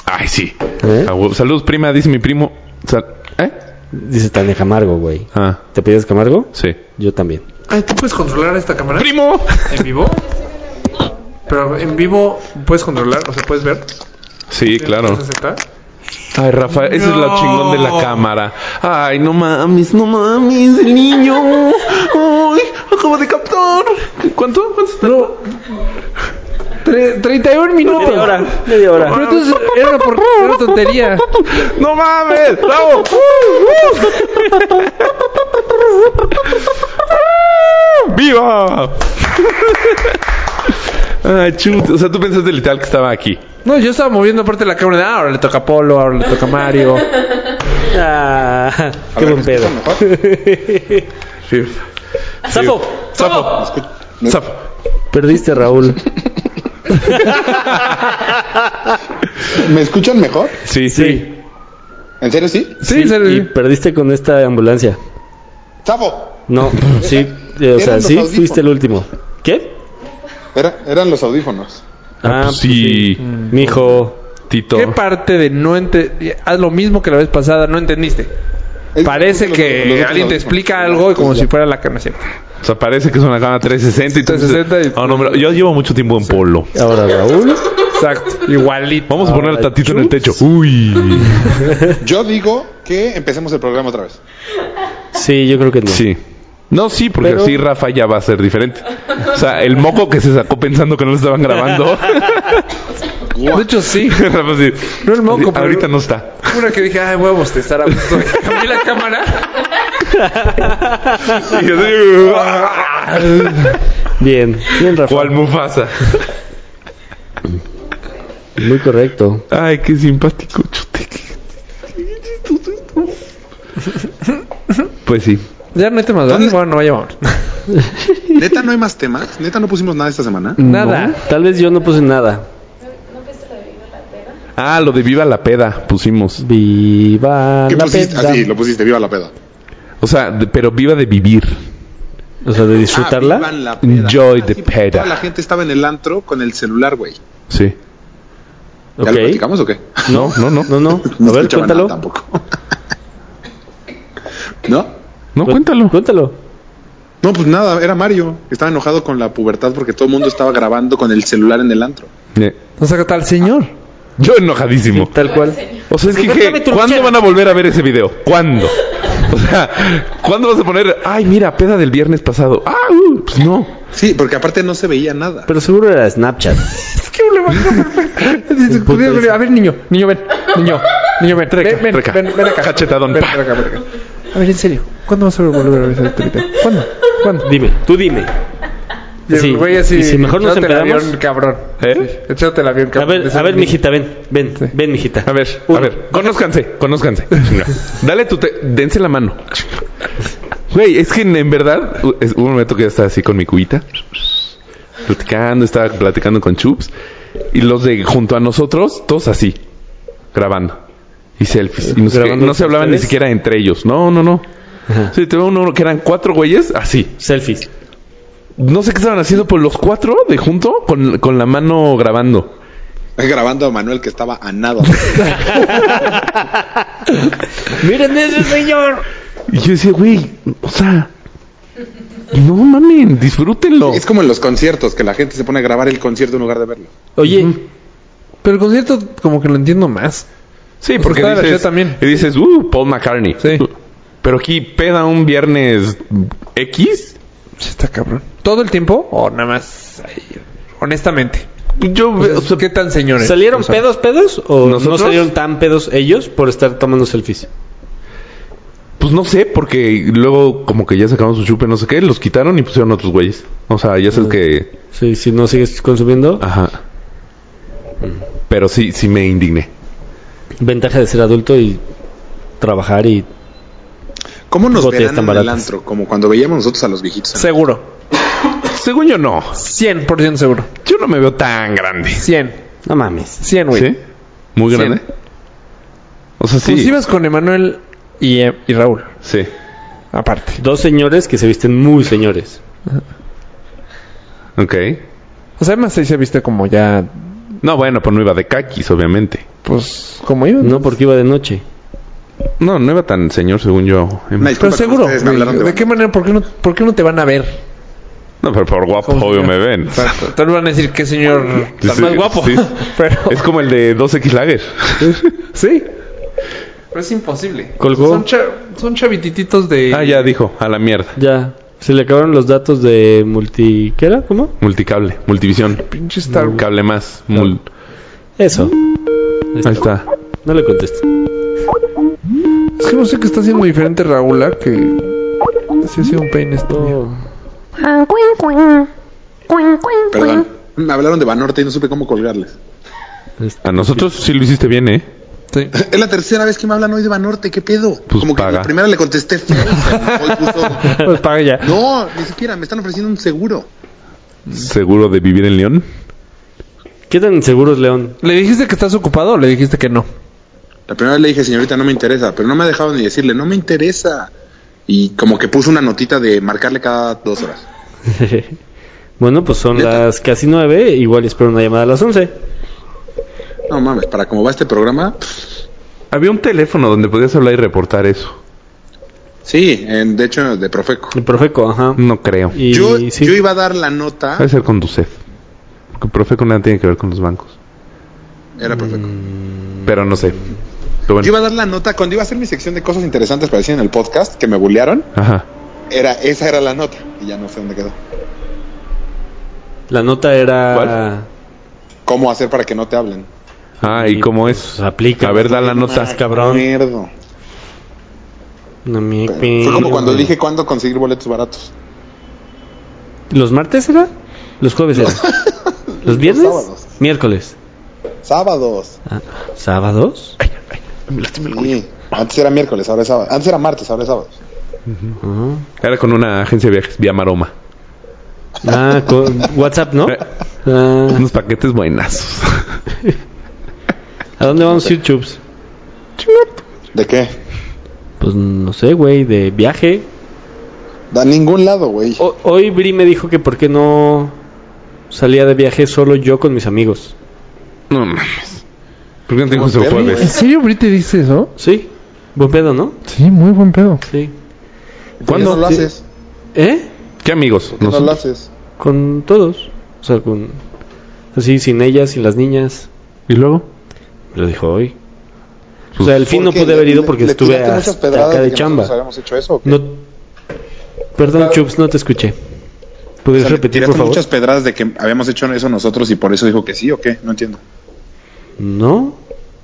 Ay, sí. ¿Eh? A huevo. Saludos, prima, dice mi primo. Sal- ¿Eh? Dice Tania Camargo, güey. Ah, ¿Te pides Camargo? sí. Yo también. Ay, Ah, ¿tú puedes controlar esta cámara? ¡Primo! ¿En vivo? Pero en vivo puedes controlar, o sea, puedes ver. Sí, claro. ¿360? Ay, Rafa, ese es lo No. chingón de la cámara. Ay, no mames, no mames, el niño. Ay, acabo de captar. ¿Cuánto? ¿Cuánto está? No. Tre- 31 minutos. Media hora, media hora. Pero entonces era una, por- era una tontería. ¡No mames! ¡Bravo! ¡Viva! Ay, chut. O sea, tú pensaste literal que estaba aquí. No, yo estaba moviendo aparte la cámara. de, Ah, ahora le toca a Polo, ahora le toca a Mario. Ah, qué buen pedo. Sí. ¡Sapo! Sapo. Sapo. Perdiste, Raúl. ¿Me escuchan mejor? Sí, sí. ¿En serio sí? Sí, se- Y perdiste con esta ambulancia. ¡Sabo! No, sí, eh, o Eran sea, los sí audífonos. fuiste el último. ¿Qué? Era- eran los audífonos. Ah, Pues sí, Mijo, Tito. ¿Qué parte de no entender... Haz lo mismo que la vez pasada, no entendiste. Es- Parece los- que los otros Pues alguien te audífonos. explica algo y como si fuera la cámara. O sea, parece que es una cámara 360 y tú dices, 360 y- "Ah, no, hombre, yo llevo mucho tiempo en polo. ahora Raúl. Exacto, igualito. Vamos a poner el Ay, tatito en el chut. techo. Uy. Yo digo que empecemos el programa otra vez. Sí, yo creo que no. Sí. No, sí, porque Pero- así Rafa ya va a ser diferente. O sea, el moco que se sacó pensando que no lo estaban grabando. De hecho, sí. Rafa así, No el moco, así, pero- Ahorita no está. Una que dije, ay, voy a bostezar a gusto. Cambié la cámara. Y yo así, "Ah". Bien, bien, Rafa. ¿Cuál Mufasa? Muy correcto. Ay, qué simpático. chute. Pues sí. Ya no hay temas, ¿verdad? Bueno, no llevamos. Neta, no hay más temas. Neta, no pusimos nada esta semana. Nada. No, tal vez yo no puse nada. Ah, lo de Viva la Peda pusimos. Viva ¿Qué la pusiste? peda. Así, lo pusiste, viva la peda. O sea, de- pero Viva de vivir. O sea, de disfrutarla. Ah, vivan la peda. Enjoy Ah, the sí, porque Toda la peda. gente estaba en el antro con el celular, güey. ¿Ya Sí. lo ok. platicamos o qué? No, no, no. No, no. A ver, escuchaba cuéntalo. nada tampoco. ¿No? No, cuéntalo. Cuéntalo. No, pues nada, era Mario. que Estaba enojado con la pubertad porque todo el mundo estaba grabando con el celular en el antro. Eh, No saca tal señor. Yo enojadísimo. Tal cual. O sea, es que, ¿qué? ¿cuándo van a volver a ver ese video? ¿Cuándo? O sea, ¿cuándo vas a poner, ay, mira, peda del viernes pasado? Ah, uh, pues no. Sí, porque aparte no se veía nada. Pero seguro era Snapchat. Es que le va a A ver, niño, niño, ven. Niño, niño, ven. Ven, ven, Reca. ven, ven acá. Cachetadón. Ven, pa. ven acá, ven acá. A ver, en serio. ¿Cuándo vas a volver a ver ese Twitter? ¿Cuándo? ¿Cuándo? Dime, tú dime. Y el Sí, güey así, y si mejor nos echándote el empedamos. avión, cabrón. ¿Eh? Échate el avión, A cabrón. ver, a ver, mijita, ven, ven, ven, mijita. A ver, a ver, conózcanse, conózcanse. Chinga. Dale tu, te- dense la mano. Chinga. Güey, es que en, en verdad, u- es- hubo un momento que yo estaba así con mi cubita, platicando, estaba platicando con Chups, y los de junto a nosotros, todos así, grabando. Y selfies. Y no, sé qué. ¿Grabando No se hablaban ni ustedes? siquiera entre ellos. No, no, no. Ajá. Sí, te veo uno que eran cuatro güeyes así. Selfies. No sé qué estaban haciendo, pero los cuatro de junto con, con la mano grabando. Grabando a Manuel que estaba a nada. Miren ese señor. Y yo decía, güey, o sea, no mamen, disfrútenlo. Es como en los conciertos, que la gente se pone a grabar el concierto en lugar de verlo. Oye, Pero el concierto como que lo entiendo más. Sí, Pues porque está la dices, chida también. y dices, uh, Paul McCartney. Sí. Pero aquí peda un viernes X. Sí, está cabrón. ¿Todo el tiempo? O nada más. ahí, honestamente. pues Yo veo, o sea, ¿Qué tan señores? ¿salieron O sea, pedos, pedos? ¿O ¿Nosotros? no salieron tan pedos ellos por estar tomando selfies? pues no sé, porque luego como que ya sacaron su chupe, no sé qué, los quitaron y pusieron otros güeyes. O sea, ya sabes que... Sí, si no sigues Ah. consumiendo, Ajá. Pero sí, sí me indigné. ventaja de ser adulto y trabajar y ¿Cómo nos Botellas verán tan en el baratas. antro? Como cuando veíamos nosotros a los viejitos. Seguro. Según yo no. 100% seguro. Yo no me veo tan grande. 100. no mames. 100, güey. ¿Sí? Muy Sí. grande. O sea, sí. Pues ibas con Emanuel y, eh, y Raúl, Sí. aparte. Dos señores que se visten muy señores. Ok. O sea, además ahí se viste como ya, No, bueno, pues no iba de caquis, obviamente. pues, como yo. No porque iba de noche. No, no iba tan señor, según yo. Una Pero disculpa, seguro. ustedes me güey, hablaron ¿De, de- qué manera? ¿Por qué, no, ¿Por qué no te van a ver? No, pero por guapo, obvio, me ven. Exacto. Tal vez van a decir que señor tan Sí, más guapo. sí. Pero, Es como el de 2X Lager. sí. Pero es imposible. Colgó. Son, cha- son chavitititos de... Ah, ya dijo, a la mierda. Ya, se le acabaron los datos de multi... ¿Qué era? ¿Cómo? Multicable, multivisión. Pinche Star Wars. Cable más. mul- Eso. Ahí está. No le contesto. Es que no sé qué está haciendo diferente Raúl, ah, que... Sí, ha sido un pain este día. Ah, cuin, cuin. Cuin, cuin, cuin. Perdón. Me hablaron de Banorte y no supe cómo colgarles. A nosotros sí lo hiciste bien, ¿eh? Sí. Es la tercera vez que me hablan hoy de Banorte, ¿qué pedo? Pues como que paga. la primera le contesté feo. o sea, hoy puso- Pues paga ya. No, ni siquiera, me están ofreciendo un seguro. Seguro de vivir en León. ¿Qué tan seguros, León? ¿Le dijiste que estás ocupado o le dijiste que no? La primera vez le dije, señorita, no me interesa, pero no me ha dejado ni decirle, no me interesa. Y como que puso una notita de marcarle cada dos horas. bueno, pues son Neta. las casi nueve. Igual espero una llamada a las once. No mames, para cómo va este programa, pff, Había un teléfono donde podías hablar y reportar eso. sí, en- de hecho, de Profeco. El Profeco, ajá. No creo. Y Yo, sí. yo iba a dar la nota, Debe ser con tu sed. Porque profe con nada tiene que ver con los bancos. era Profeco. mm, Pero no sé. Pero bueno. Yo iba a dar la nota cuando iba a hacer mi sección de cosas interesantes para decir en el podcast que me bullearon. Ajá. Era, esa era la nota y ya no sé dónde quedó. La nota era... ¿Cuál? ¿Cómo hacer para que no te hablen? Ah, ¿y cómo es? Pues aplica. A ver, da la nota. Estás cabrón. Mierda. No me Fue como cuando acuerdo. dije cuándo conseguir boletos baratos. ¿Los martes era? ¿Los jueves era? ¿Los viernes? sábados. Miércoles. Sábados. Ah, ¿Sábados? Sí. Antes era miércoles, ahora es sábado. Antes era martes, ahora es sábado. Ajá. Era con una agencia de viajes, vía Maroma. Ah, con WhatsApp, ¿no? Ah, Unos paquetes buenazos. ¿A dónde vamos a ir, Chups? ¿De qué? Pues no sé, güey, de viaje. De ningún lado, güey. Ho- hoy Bri me dijo que por qué no salía de viaje solo yo con mis amigos. no mames. ¿Por qué no te dijo eso el enfermo, jueves? ¿En serio Brit te dice eso? Sí, buen pedo, ¿no? Sí, muy buen pedo. Sí. ¿Cuándo no lo Sí. haces? ¿Eh? ¿Qué amigos? ¿Por qué no lo Nosotros. haces? Con todos. O sea, con. Así, sin ellas, sin las niñas. ¿Y luego? Me lo dijo hoy. O Pues, sea, el fin no Porque pude haber le- ido porque le estuve tiraste muchas hasta pedradas acá de que chamba. nosotros habíamos hecho eso. ¿o qué? No. Perdón, Chups, no te escuché. ¿Podrías O sea, le repetir, tiraste por favor? muchas pedradas de que habíamos hecho eso nosotros y por eso dijo que sí o qué? No entiendo. No.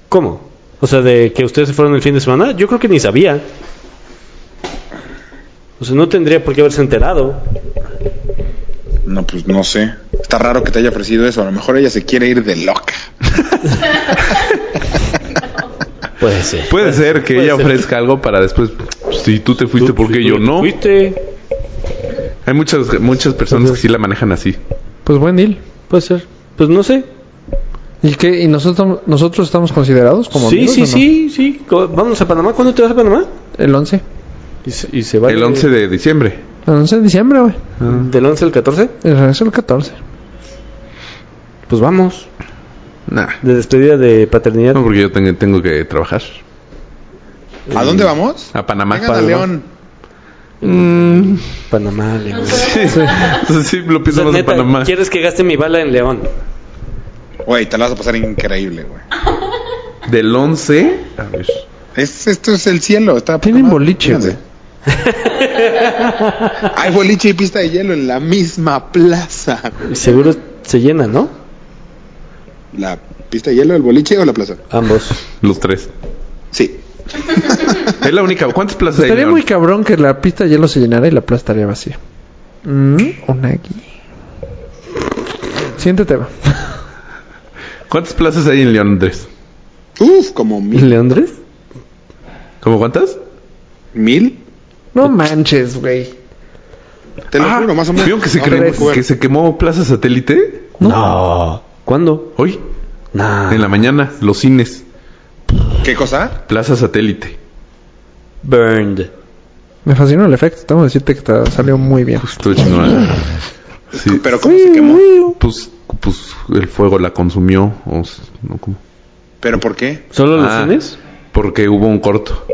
¿Cómo? O sea, de que ustedes se fueron el fin de semana, yo creo que ni sabía. O sea, no tendría por qué haberse enterado. No, pues no sé. Está raro que te haya ofrecido eso. A lo mejor ella se quiere ir de loca. Puede ser. Puede ser que puede ella ser. ofrezca algo para después. pues, Si tú te fuiste, ¿por qué yo no? Fuiste. Hay muchas muchas personas que sí la manejan así. Pues buen deal. Puede ser. Pues no sé. ¿Y qué? ¿Y nosotros, nosotros estamos considerados como sí, amigos sí, o no? sí, sí. Co- Vamos a Panamá. ¿Cuándo te vas a Panamá? El 11. Y se, y se va. El 11 de diciembre. El 11 de diciembre, güey. ¿Del 11 al 14? El regreso el 14. Pues vamos. Nah. De despedida de paternidad. No, porque yo tengo, tengo que trabajar. ¿A dónde vamos? A Panamá. Vengan a León. Mm, Panamá, León. sí, sí, lo O sea, pienso más en neta, Panamá. ¿Quieres que gaste mi bala en León? Güey, te la vas a pasar increíble, güey. Del 11. A ver. Es, esto es el cielo. Está Tienen poca madre. boliche, Fíjense. Hay boliche y pista de hielo en la misma plaza. güey. Seguro se llena, ¿no? ¿La pista de hielo, el boliche o la plaza? Ambos. Los tres. Sí. Es la única. ¿Cuántas plazas hay? Estaría León? muy cabrón que la pista de hielo se llenara y la plaza estaría vacía. Mm, Onagi. Siguiente tema. ¿Cuántas plazas hay en León, Andrés? Uf, como mil. Leondres? ¿Cómo cuántas? ¿Mil? No manches, güey. Te lo juro, más o menos. Ah, ¿Vieron que se, No, cremó- tres. que se quemó Plaza Satélite? No. ¿Cuándo? Hoy, Nah. en la mañana, los cines. ¿Qué cosa? Plaza Satélite. Burned. Me fascinó el efecto. Tengo que decirte que te salió muy bien. Estuvo Pues, chingón. Sí, ¿Pero cómo se quemó? pues, pues el fuego la consumió. O, s- no, ¿cómo? ¿Pero por qué? ¿Solo los Ah, cines? Porque hubo un corto.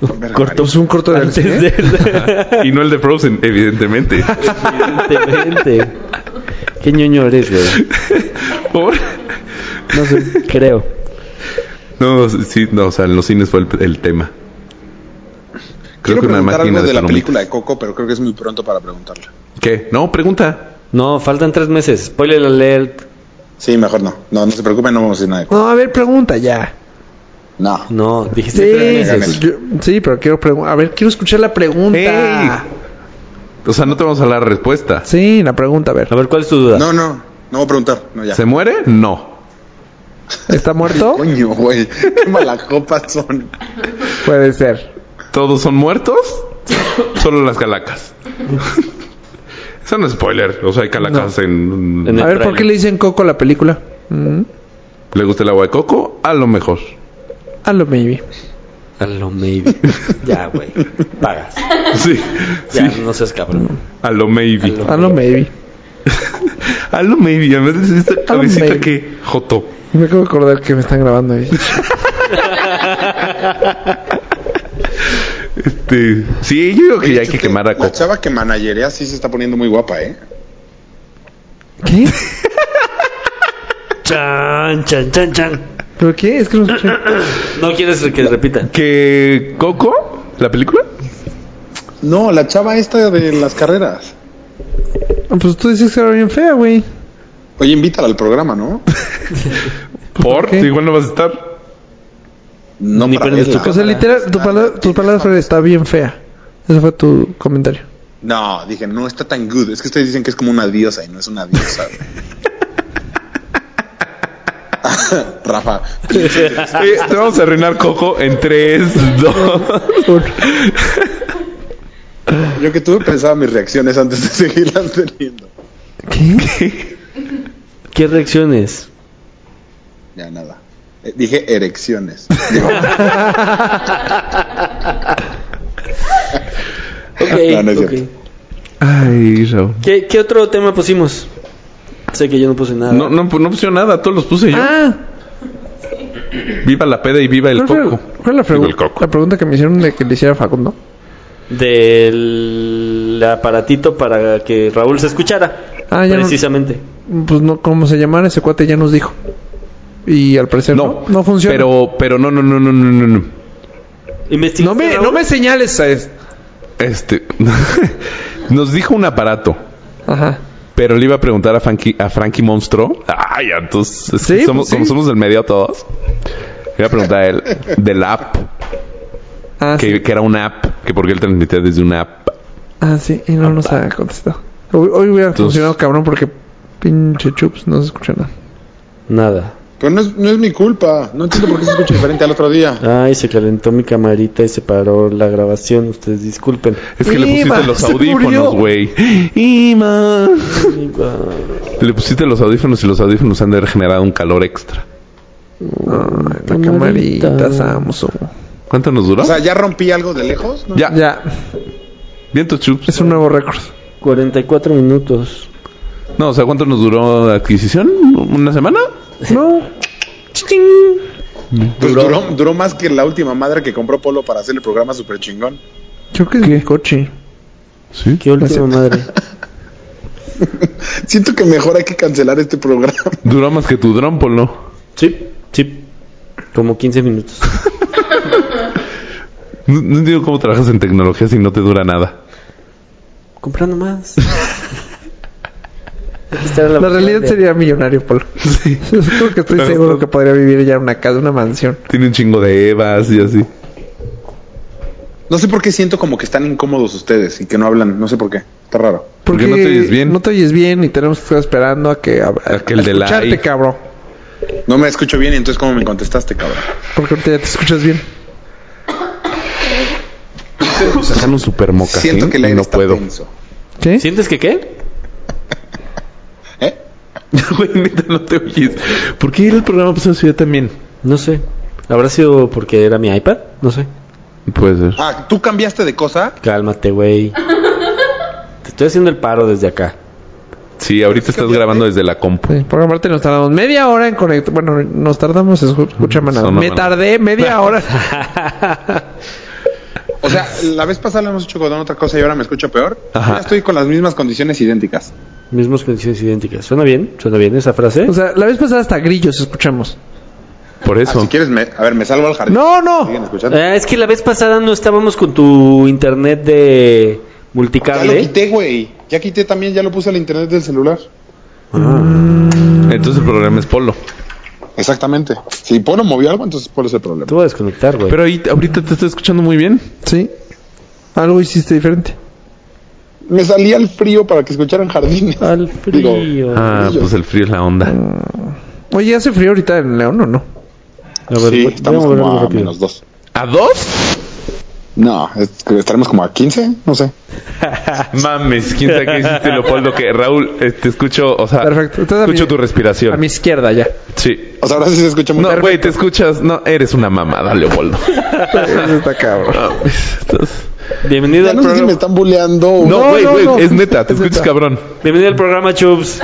Verga, Cortos un corto del Antes cine. de... Y no el de Frozen, evidentemente. Evidentemente. Qué ñoño eres, güey. Por- No sé, creo. No, sí, no, o sea, en los cines fue el, el tema. Creo Quiero que una preguntar máquina algo de, de, la palomitas. película de Coco, pero creo que es muy pronto para preguntarla. ¿Qué? No, pregunta. No, faltan tres meses. Spoiler alert. Sí, mejor no. No, no se preocupen, no vamos a decir nada de Coco. No, a ver, pregunta ya. No. No, dijiste tres Sí, meses. meses. yo- sí, pero quiero preguntar. A ver, quiero escuchar la pregunta. O sea, no te vamos a dar la respuesta. Sí, la pregunta, a ver. A ver, ¿cuál es tu duda? No, no. No voy a preguntar. No, ya. ¿Se muere? No. ¿Está muerto? Coño, güey. Qué mala copa son. Puede ser. ¿Todos son muertos? Solo las calacas. Eso no es spoiler. O sea, hay calacas en... En el- A ver, ¿por trailer. qué le dicen Coco a la película? Mm, ¿Le gusta el agua de coco? A lo mejor. a lo maybe. A lo maybe. Ya, güey. Pagas. Sí, Ya, sí. no seas cabrón. A lo maybe. A lo maybe. A lo maybe. A veces esta cabecita maybe. que... Joto. Me acabo de acordar que me están grabando. ahí. Este... Sí, yo digo que ya hay que quemar a La coco. chava que managerea sí se está poniendo muy guapa, ¿eh? ¿Qué? Chan, chan, chan, chan. ¿Pero qué? Es que no Ah, escuché. No quieres que repita. ¿Que Coco? ¿La película? No, la chava esta de las carreras. Ah, Pues tú dices que era bien fea, güey. Oye, invítala al programa, ¿no? ¿Por? qué? Igual no vas a estar. No, Ni para prendes tu verla. O sea, literal, tu pala- tus palabras fueron, está bien fea. Ese fue tu comentario. No, dije, no está tan good. Es que ustedes dicen que es como una diosa y no es una diosa. güey. Rafa, Eh, te vamos a arruinar Coco en 3, 2. yo que tuve pensaba mis reacciones antes de seguirlas teniendo. ¿Qué reacciones? Ya nada. Eh, Dije erecciones. Ok, Ah, No, no es ok. cierto. Ay, Raúl. ¿Qué, qué otro tema pusimos? Sé que yo no puse nada. No, no, pues, no pusieron nada, todos los puse yo. Ah, Viva la peda y viva el ¿cuál fue, coco. cuál es la, Digo, pregu- el coco. la pregunta que me hicieron de que le hiciera Facundo? Del aparatito para que Raúl se escuchara. Ah, ya no- precisamente. Pues no, como se llamara ese cuate ya nos dijo. Y al parecer no, No, no, funciona. Pero, pero no, no, no, no, no, no, no. Investiga, no me, Raúl. no me señales a esto. Este. Nos dijo un aparato. Ajá. Pero le iba a preguntar a Frankie, a Frankie Monstro. Ay, entonces. es que Sí, somos, pues sí. Como somos del medio todos. Le iba a preguntar a él de la app. Ah, sí. Que, que era una app. Que porque él transmitía desde una app. Ah, sí. Y no nos ha contestado. Hoy, hoy hubiera funcionado cabrón porque pinche chups no se escucha nada. Nada. Pero no es, no es mi culpa. No entiendo por qué se escucha diferente al otro día. Ay, se calentó mi camarita y se paró la grabación. Ustedes disculpen. Es que le pusiste Ima, los se murió. audífonos, güey. Ima. Le pusiste los audífonos y los audífonos han de haber generado un calor extra. Ah, la camarita Samsung. oh. ¿Cuánto nos duró? O sea, ya rompí algo de lejos. ¿no? ya. Ya. Viento chups. Es un nuevo récord. 44 minutos. No, o sea, ¿cuánto nos duró la adquisición? ¿Una semana? No. Pues duró, duró más que la última madre que compró Polo para hacer el programa super chingón. Yo que es mi coche. Sí. Qué última madre. Siento que mejor hay que cancelar este programa. Duró más que tu dron, Polo. Sí, sí. Como 15 minutos. No, no entiendo cómo trabajas en tecnología si no te dura nada. Comprando más. Esta era La opción realidad de- sería millonario, Polo. Sí. Creo que estoy Pero- seguro que podría vivir ya en una casa, una mansión. Tiene un chingo de Evas y así. No sé por qué siento como que están incómodos ustedes y que no hablan. No sé por qué. Está raro. Porque no te oyes bien. No te oyes bien y tenemos que estar esperando a que... A, A que el de la escucharte, AI. cabrón. No me escucho bien y entonces cómo me contestaste, cabrón. Porque ahorita ya te escuchas bien. Sacan un super mocasín Siento que el y aire no está puedo. tenso. ¿Sí? ¿Sientes que qué? ¿Eh? Güey, neta, no te oyes. ¿Por qué el programa pasado se oía tan bien? No sé. ¿Habrá sido porque era mi iPad? No sé. Puede ser. Ah, ¿tú cambiaste de cosa? Cálmate, güey. Te estoy haciendo el paro desde acá. Sí, ahorita estás grabando desde la compu. Sí, Pues, Por aparte nos tardamos media hora en conectar. Bueno, nos tardamos, escu- escucha, manada. Son Me una tardé media hora. O sea, la vez pasada lo hemos hecho con otra cosa y ahora me escucho peor. Ajá. Ya estoy con las mismas condiciones idénticas. Mismas condiciones idénticas. ¿Suena bien? ¿Suena bien esa frase? O sea, la vez pasada hasta grillos escuchamos. Por Ah, eso. si quieres, me- a ver, me salgo al jardín. No, no. ¿Siguen escuchando? Eh, Ah, es que la vez pasada no estábamos con tu internet de ya lo multicable. quité, güey. Ya quité también, ya lo puse al internet del celular. Entonces el programa es Polo. Exactamente. Si Polo movió algo, entonces Polo es el problema. Te voy a desconectar, güey. Pero ahí- ahorita te estoy escuchando muy bien. Sí. Algo hiciste diferente. Me salí al frío para que escucharan jardines. Al frío. Ah, pues el frío es la onda. Oye, ¿hace frío ahorita en León o no? A ver, sí, voy- estamos voy a como moverlo a rápido. menos dos. ¿A dos? No, es- estaremos como a 15, no sé. Ah, Mames, quién sabe qué hiciste, Leopoldo, que Raúl, eh, te escucho, o sea, Perfecto. Entonces, a escucho mi- tu A respiración. mi izquierda ya. Sí. O sea, ahora sí se escucha muy No, perfecto. güey, te escuchas, no, eres una mamada, Leopoldo. Ah, Eso está cabrón. Mames, estás- Bienvenido, Ya al no sé si programa. me están bulleando. o No, no. güey, no, güey, no. es neta, te Es escuchas neta. cabrón. Bienvenido al programa, Chubbs.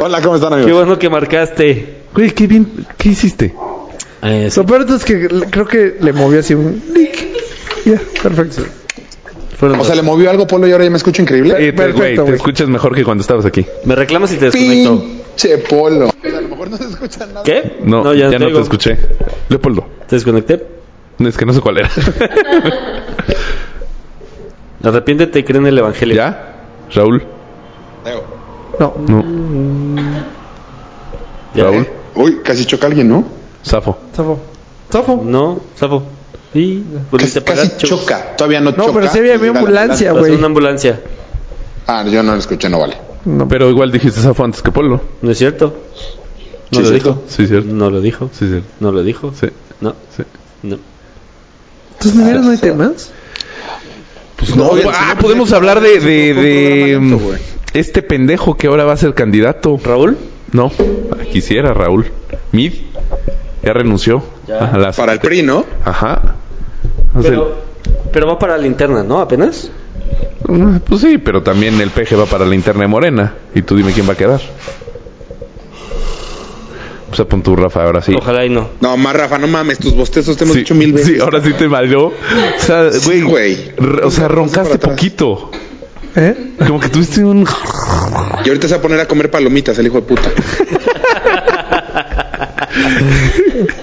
Hola, ¿cómo están, Qué amigos? bueno que marcaste. Güey, qué bien, ¿qué hiciste? Eh, sí, Lo peor es que le- creo que le movió así un clic. Ya, perfecto. fueron O dos. sea, le movió algo Polo y ahora ya me escucho increíble. Eh, te- güey, te perfecto, güey. escuchas mejor que cuando estabas aquí. Me reclamas si te desconecto. Pinche Polo. O sea, a lo mejor no se escucha nada. ¿Qué? No, ya, no oigo. te escuché. Leopoldo, ¿Te desconecté? es que no sé cuál era. Arrepiéntete y cree en el evangelio. ¿Ya? Raúl, Leo. No. no, ¿Ya? ¿eh? Raúl, Uy, casi choca alguien, ¿no? Safo. Zafo. Zafo. No, Safo. Pues Sí, Casi, Pues, volviste a pagar, casi Chubbs. choca. Todavía no No, choca. pero sí había Llega la ambulancia, Pasó güey. una ambulancia. Ah, yo no lo escuché, no vale. No, Pero igual dijiste Safo antes que Polo. ¿No es cierto? No Sí, lo cierto. dijo. Sí, cierto. No lo dijo. Sí, cierto. No lo dijo. Sí, No, sí. no. ¿Entonces ¿de veras no hay temas? Pues No, ah, podemos hablar de, de, de, programa lento, mm, güey. este pendejo que ahora va a ser candidato. ¿Raúl? No, quisiera Raúl. Mid ya renunció a la- Para el PRI, ¿no? Ajá. O sea, Pero, pero va para la linterna, ¿no? Apenas. mm, Pues sí, pero también el PG va para la interna de Morena. Y tú dime quién va a quedar. Pues apon tú, Rafa, ahora sí. Ojalá y no. No, más Rafa, no mames, tus bostezos te hemos sí, dicho mil veces. sí, ahora sí te valió. O sea, Sí, güey. güey. r- O sea, para roncaste atrás. poquito. ¿Eh? Como que tuviste un. Y ahorita se va a poner a comer palomitas, el hijo de puta.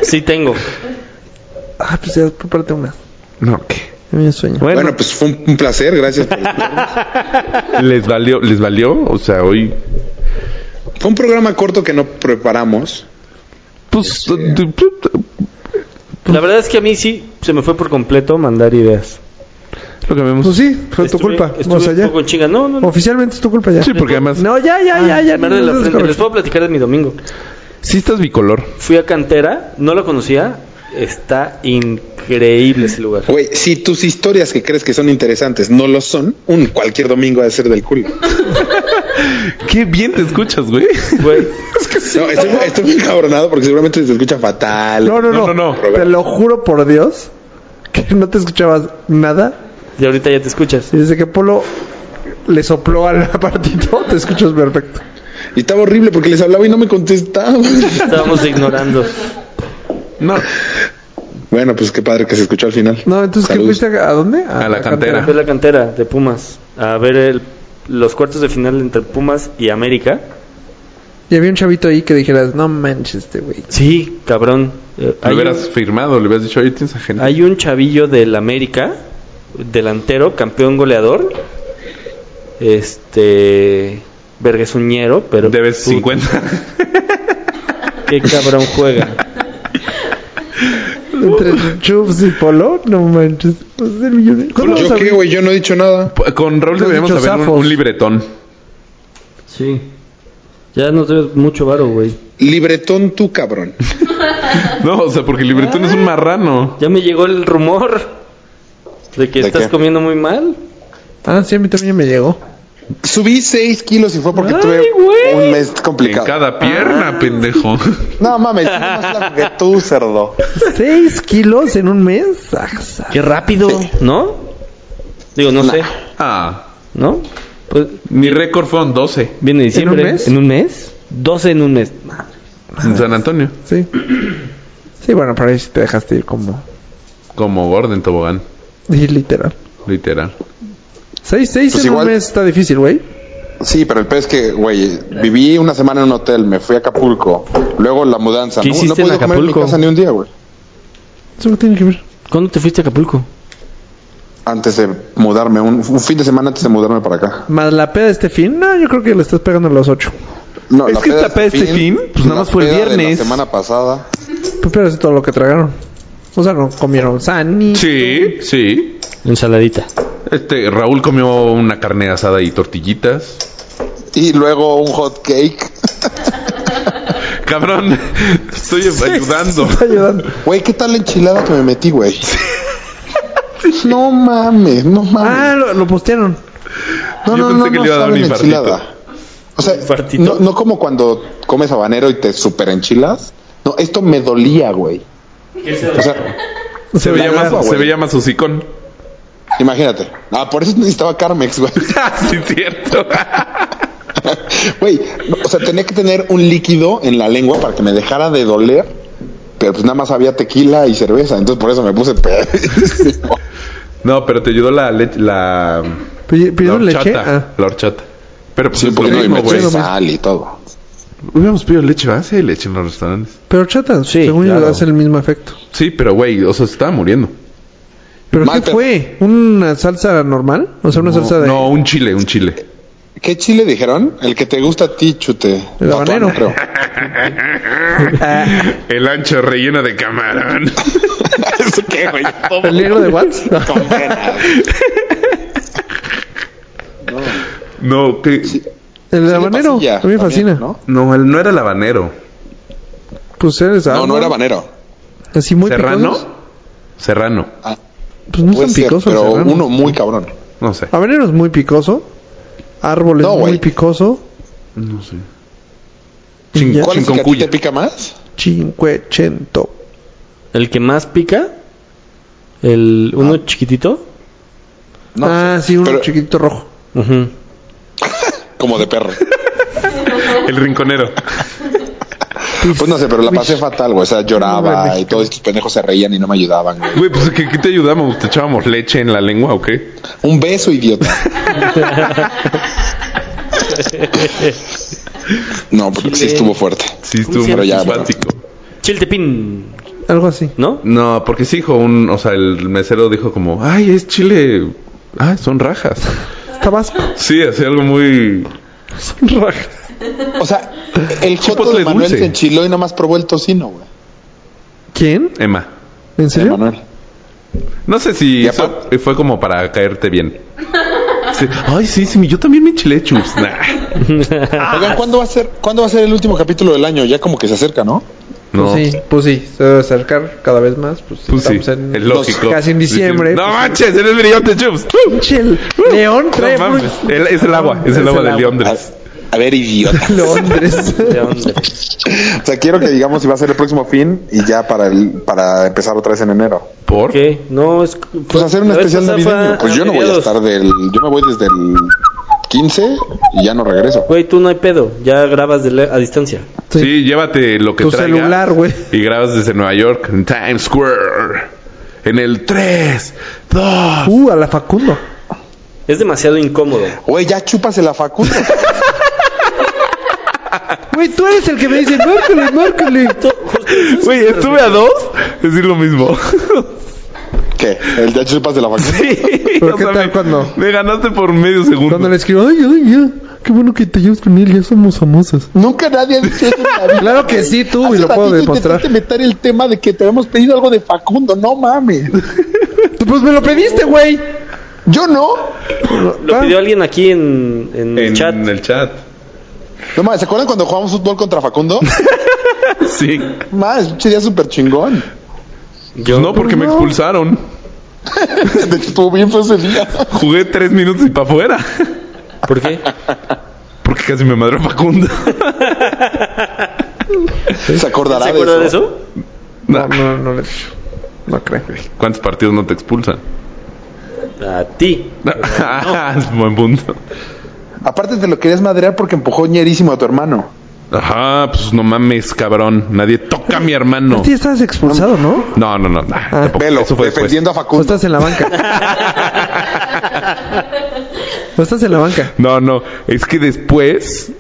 Sí tengo. Ah, pues ya, prepárate una. No, ¿qué? A mí me sueño. Bueno, Bueno, pues fue un, un placer, gracias. por- les valió, les valió. O sea, hoy fue un programa corto que no preparamos. Pues, Este, d- d- d- pues, La verdad es que a mí sí se me fue por completo mandar ideas. lo que vemos. Pues sí, fue tu Estuve- culpa. estuve O sea, un ya. poco en chinga. No, no, no. Oficialmente es tu culpa ya. Sí, porque además, No, ya, ya, Ah, ya, ya. Me arde no, la no, frente. no, Les puedo platicar de mi domingo. si estás bicolor. Fui a Cantera, no lo conocía. Está increíble ese lugar. Güey, si tus historias que crees que son interesantes no lo son, un cualquier domingo ha de ser del culo. Qué bien te escuchas, güey. Güey, No, estoy, estoy muy cabronado porque seguramente se escucha fatal. No, no, No, no, no, no. Te lo juro por Dios que no te escuchabas nada Y ahorita ya te escuchas. Y desde que Polo le sopló al apartito, te escuchas perfecto. Y estaba horrible porque les hablaba y no me contestaban. Estábamos ignorando. No, bueno, pues qué padre que se escuchó al final. no, entonces, ¿qué Saludos. fuiste a, a dónde? A la cantera. Fue la cantera de Pumas a ver el- los cuartos de final entre Pumas y América. Y había un chavito ahí que dijeras, no manches, este güey. Sí, cabrón. Eh, Lo hay, hubieras un, firmado, le hubieras dicho, oye, tienes agenda. hay un chavillo del América, delantero, campeón goleador. Este. Verguesuñero, pero. Debes pues, puta, 50. Qué cabrón juega. Entre Chubbs y Polo, no manches. Vas a ser millonario. ¿Cuándo vas ¿Yo a qué, abrir? güey? Yo no he dicho nada. P- Con Raúl Te han deberíamos dicho haber un, zafos. un libretón. Sí. Ya no tengo mucho varo, güey. Libretón tú, cabrón. No, o sea, porque el libretón Ah. es un marrano. Ya me llegó el rumor de que ¿De estás qué? comiendo muy mal. Ah, sí, a mí también me llegó. Subí 6 kilos y fue porque tuve un mes En complicado. cada pierna, Ah. pendejo. No mames, yo más largo que tú, cerdo. ¿Seis kilos en un mes? Ah, Ajá. Qué rápido, ¿no? Digo, no sé, Ah, ¿no? Pues mi récord fueron 12 viene diciembre. mes? ¿En un mes? 12 en un mes. en San Antonio. Sí. Sí, bueno, pero ahí sí te dejaste ir como... Como gordo en tobogán, Sí, literal. literal. Seis, seis Pues en igual- un mes está difícil, güey. Sí, pero el peor es que, güey, viví una semana en un hotel, me fui a Acapulco, luego la mudanza. ¿Qué no, no hiciste en pude comer en mi Acapulco? casa ni un día, güey. Eso no tiene que ver. ¿Cuándo te fuiste a Acapulco? Antes de mudarme, un, un fin de semana antes de mudarme para acá. Más la peda de este fin, no, yo creo que le estás pegando a los ocho. No, Es que peda esta peda este fin, pues nada la más fue el peda de viernes. La semana pasada. Pues, Pero es todo lo que tragaron. O sea, no comieron sani. Sí, sí. Ensaladita. Este, Raúl comió una carne asada y tortillitas. Y luego un hot cake. Cabrón, estoy ayudando. Está ayudando. Güey, ¿qué tal la enchilada que me metí, güey? No mames, no Ah, mames. lo, lo postearon. yo no, no, pensé no, que no le iba a dar sabe un la infartito. enchilada. O sea, ¿Infartito? no, no como cuando comes habanero y te super enchilas. No, esto me dolía, güey. O sea, Se veía La nada, más, se güey. veía más hocicón. imagínate. Ah, por eso necesitaba Carmex, güey. sí, es cierto. Güey, no, o sea, tenía que tener un líquido en la lengua para que me dejara de doler. Pero pues nada más había tequila y cerveza. Entonces por eso me puse pedísimo. no, pero te ayudó la leche, la, Pidi- la Pidieron leche. horchata. Ah, La horchata. Pero pues Sí, es lo porque no, y mismo, me eché güey. sal y todo. Hubiéramos pedido leche, ¿verdad? Sí, hay leche en los restaurantes. pero chata, Sí, según yo, claro. hace el mismo efecto. Sí, pero güey, o sea, se estaba muriendo. ¿Pero Mal, qué pero- fue? ¿Una salsa normal? O sea, una salsa de. No, un chile, un chile. ¿Qué chile dijeron? El que te gusta a ti, chute. El habanero. Patuano, creo. El ancho relleno de camarón. ¿Eso qué, güey? ¿El negro de Waltz? No. No, que El habanero. a pasilla mí me también, fascina. ¿no? no, él no era el habanero. Pues eres No, no árbol, era habanero. Así muy Serrano. picosos. Serrano, Ah, Pues no es puede tan ser, picoso. el pero serrano. uno muy cabrón. no sé. Habanero es muy picoso. Árbol es No, muy güey. picoso. No sé. Y ya. ¿Cuál es el que a ti Chinconcuya. te pica más? Cinquecento. ¿El que más pica? ¿El uno Ah. chiquitito? No ah, sí, uno pero- chiquitito rojo. Ujú. Como de perro. El rinconero. Pues no sé, pero la pasé Uy. fatal, güey. O sea, No, lloraba güey, y todos estos pendejos se reían y no me ayudaban, güey. Güey, pues ¿qué, qué te ayudamos? ¿Te echábamos leche en la lengua o qué? Un beso, idiota. no, pero sí estuvo fuerte. Sí, ¿Cómo estuvo se muy llama? simpático. Chiltepín, Algo así. ¿no? No, porque sí dijo un, o sea, el mesero dijo como, ay, es chile, ah, son rajas. Tabasco. Sí, así algo muy, O sea, el joto Chipotle de Manuel dulce. se enchiló y nomás probó el tocino, güey. ¿Quién? Emma. ¿En De serio? Manuel. No sé si Y eso aparte- fue como para caerte bien. Sí. Ay, sí, sí, yo también me enchilé, chups. Nah. Oigan, ¿cuándo va, a ser, ¿cuándo va a ser el último capítulo del año? Ya como que se acerca, ¿no? No. Pues sí, pues sí. Se debe acercar cada vez más. Pues, Pues sí, estamos en... es lógico. casi en diciembre. pues No manches, eres brillante, chups. Pinche el León No trae... Ah, mames, el- es el agua, es el agua del Leondres. A ver, idiota. Londres. Londres. O sea, quiero que digamos si va a ser el próximo fin y ya para el, para empezar otra vez en enero. ¿Por? ¿Qué? No, es. Pues hacer un la vez especial pasada fue navideño. Pues yo no voy a mediados. estar del. Yo me voy desde el 15 y ya no regreso. Güey, tú no hay pedo. Ya grabas de le- a distancia. Sí, llévate lo que Tu traigas celular, güey. Y grabas desde Nueva York, en Times Square. En el 3, 2. Uh, a la Facundo. Es demasiado incómodo. Güey, ya chúpase la facultad. Güey, tú eres el que me dice, márcale, márcale. Güey, estuve a dos. Decir lo mismo. ¿Qué? ¿El ya chúpase la facultad? ¿Pero qué tal cuando- Me ganaste por medio segundo. Cuando le escribo, ay, ay, ya. Qué bueno que te llevas con él, ya somos famosas. Nunca nadie ha dicho eso en la vida. Claro que sí, tú, Hace y lo puedo ratito demostrar. intentaste meter el tema de que te habíamos pedido algo de Facundo, no mames. Tú, Pues me lo pediste, güey. Yo no. Ah. Lo pidió alguien aquí en, en el En chat. el chat. No mames, ¿se acuerdan cuando jugamos fútbol contra Facundo? Sí. Más, sería súper chingón. Yo- no, porque me expulsaron. De hecho, estuvo bien fue ese día. Jugué tres minutos y para afuera. ¿Por qué? Porque casi me madró Facundo. ¿Se acordará ¿Se de acuerda de eso? eso? Nah, No, no le dicho. No creo. ¿Cuántos partidos no te expulsan? A ti. Ah, es buen punto. Aparte te lo querías madrear porque empujó ñerísimo a tu hermano. Ajá, pues no mames, cabrón. Nadie toca a mi hermano. Sí, estás expulsado, ¿no? No, no, no. nah, tampoco. Velo, Eso fue después. defendiendo a O Facundo. estás en la banca. O estás en la banca. No, no, es que después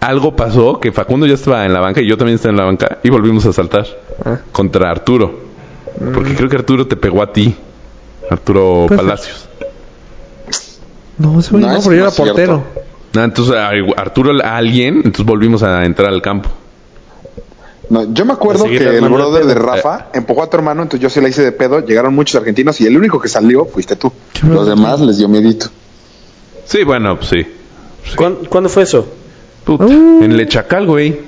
algo pasó que Facundo ya estaba en la banca y yo también estaba en la banca y volvimos a saltar Ah. Mm. contra Arturo. Porque creo que Arturo te pegó a ti. Arturo Puede ser. Palacios. No, ese güey No, no, eso porque yo era no es cierto. portero. Ah, entonces a Arturo a alguien, entonces volvimos a entrar al campo. No, yo me acuerdo A que seguirle al el mano brother al de pedo. Rafa empujó a tu hermano, entonces yo sí la hice de pedo. Llegaron muchos argentinos y el único que salió fuiste tú. Los demás les dio miedito. Sí, bueno, pues sí. ¿Cuán- ¿Cuándo fue eso? Puta, Uh. En Lechacal, güey.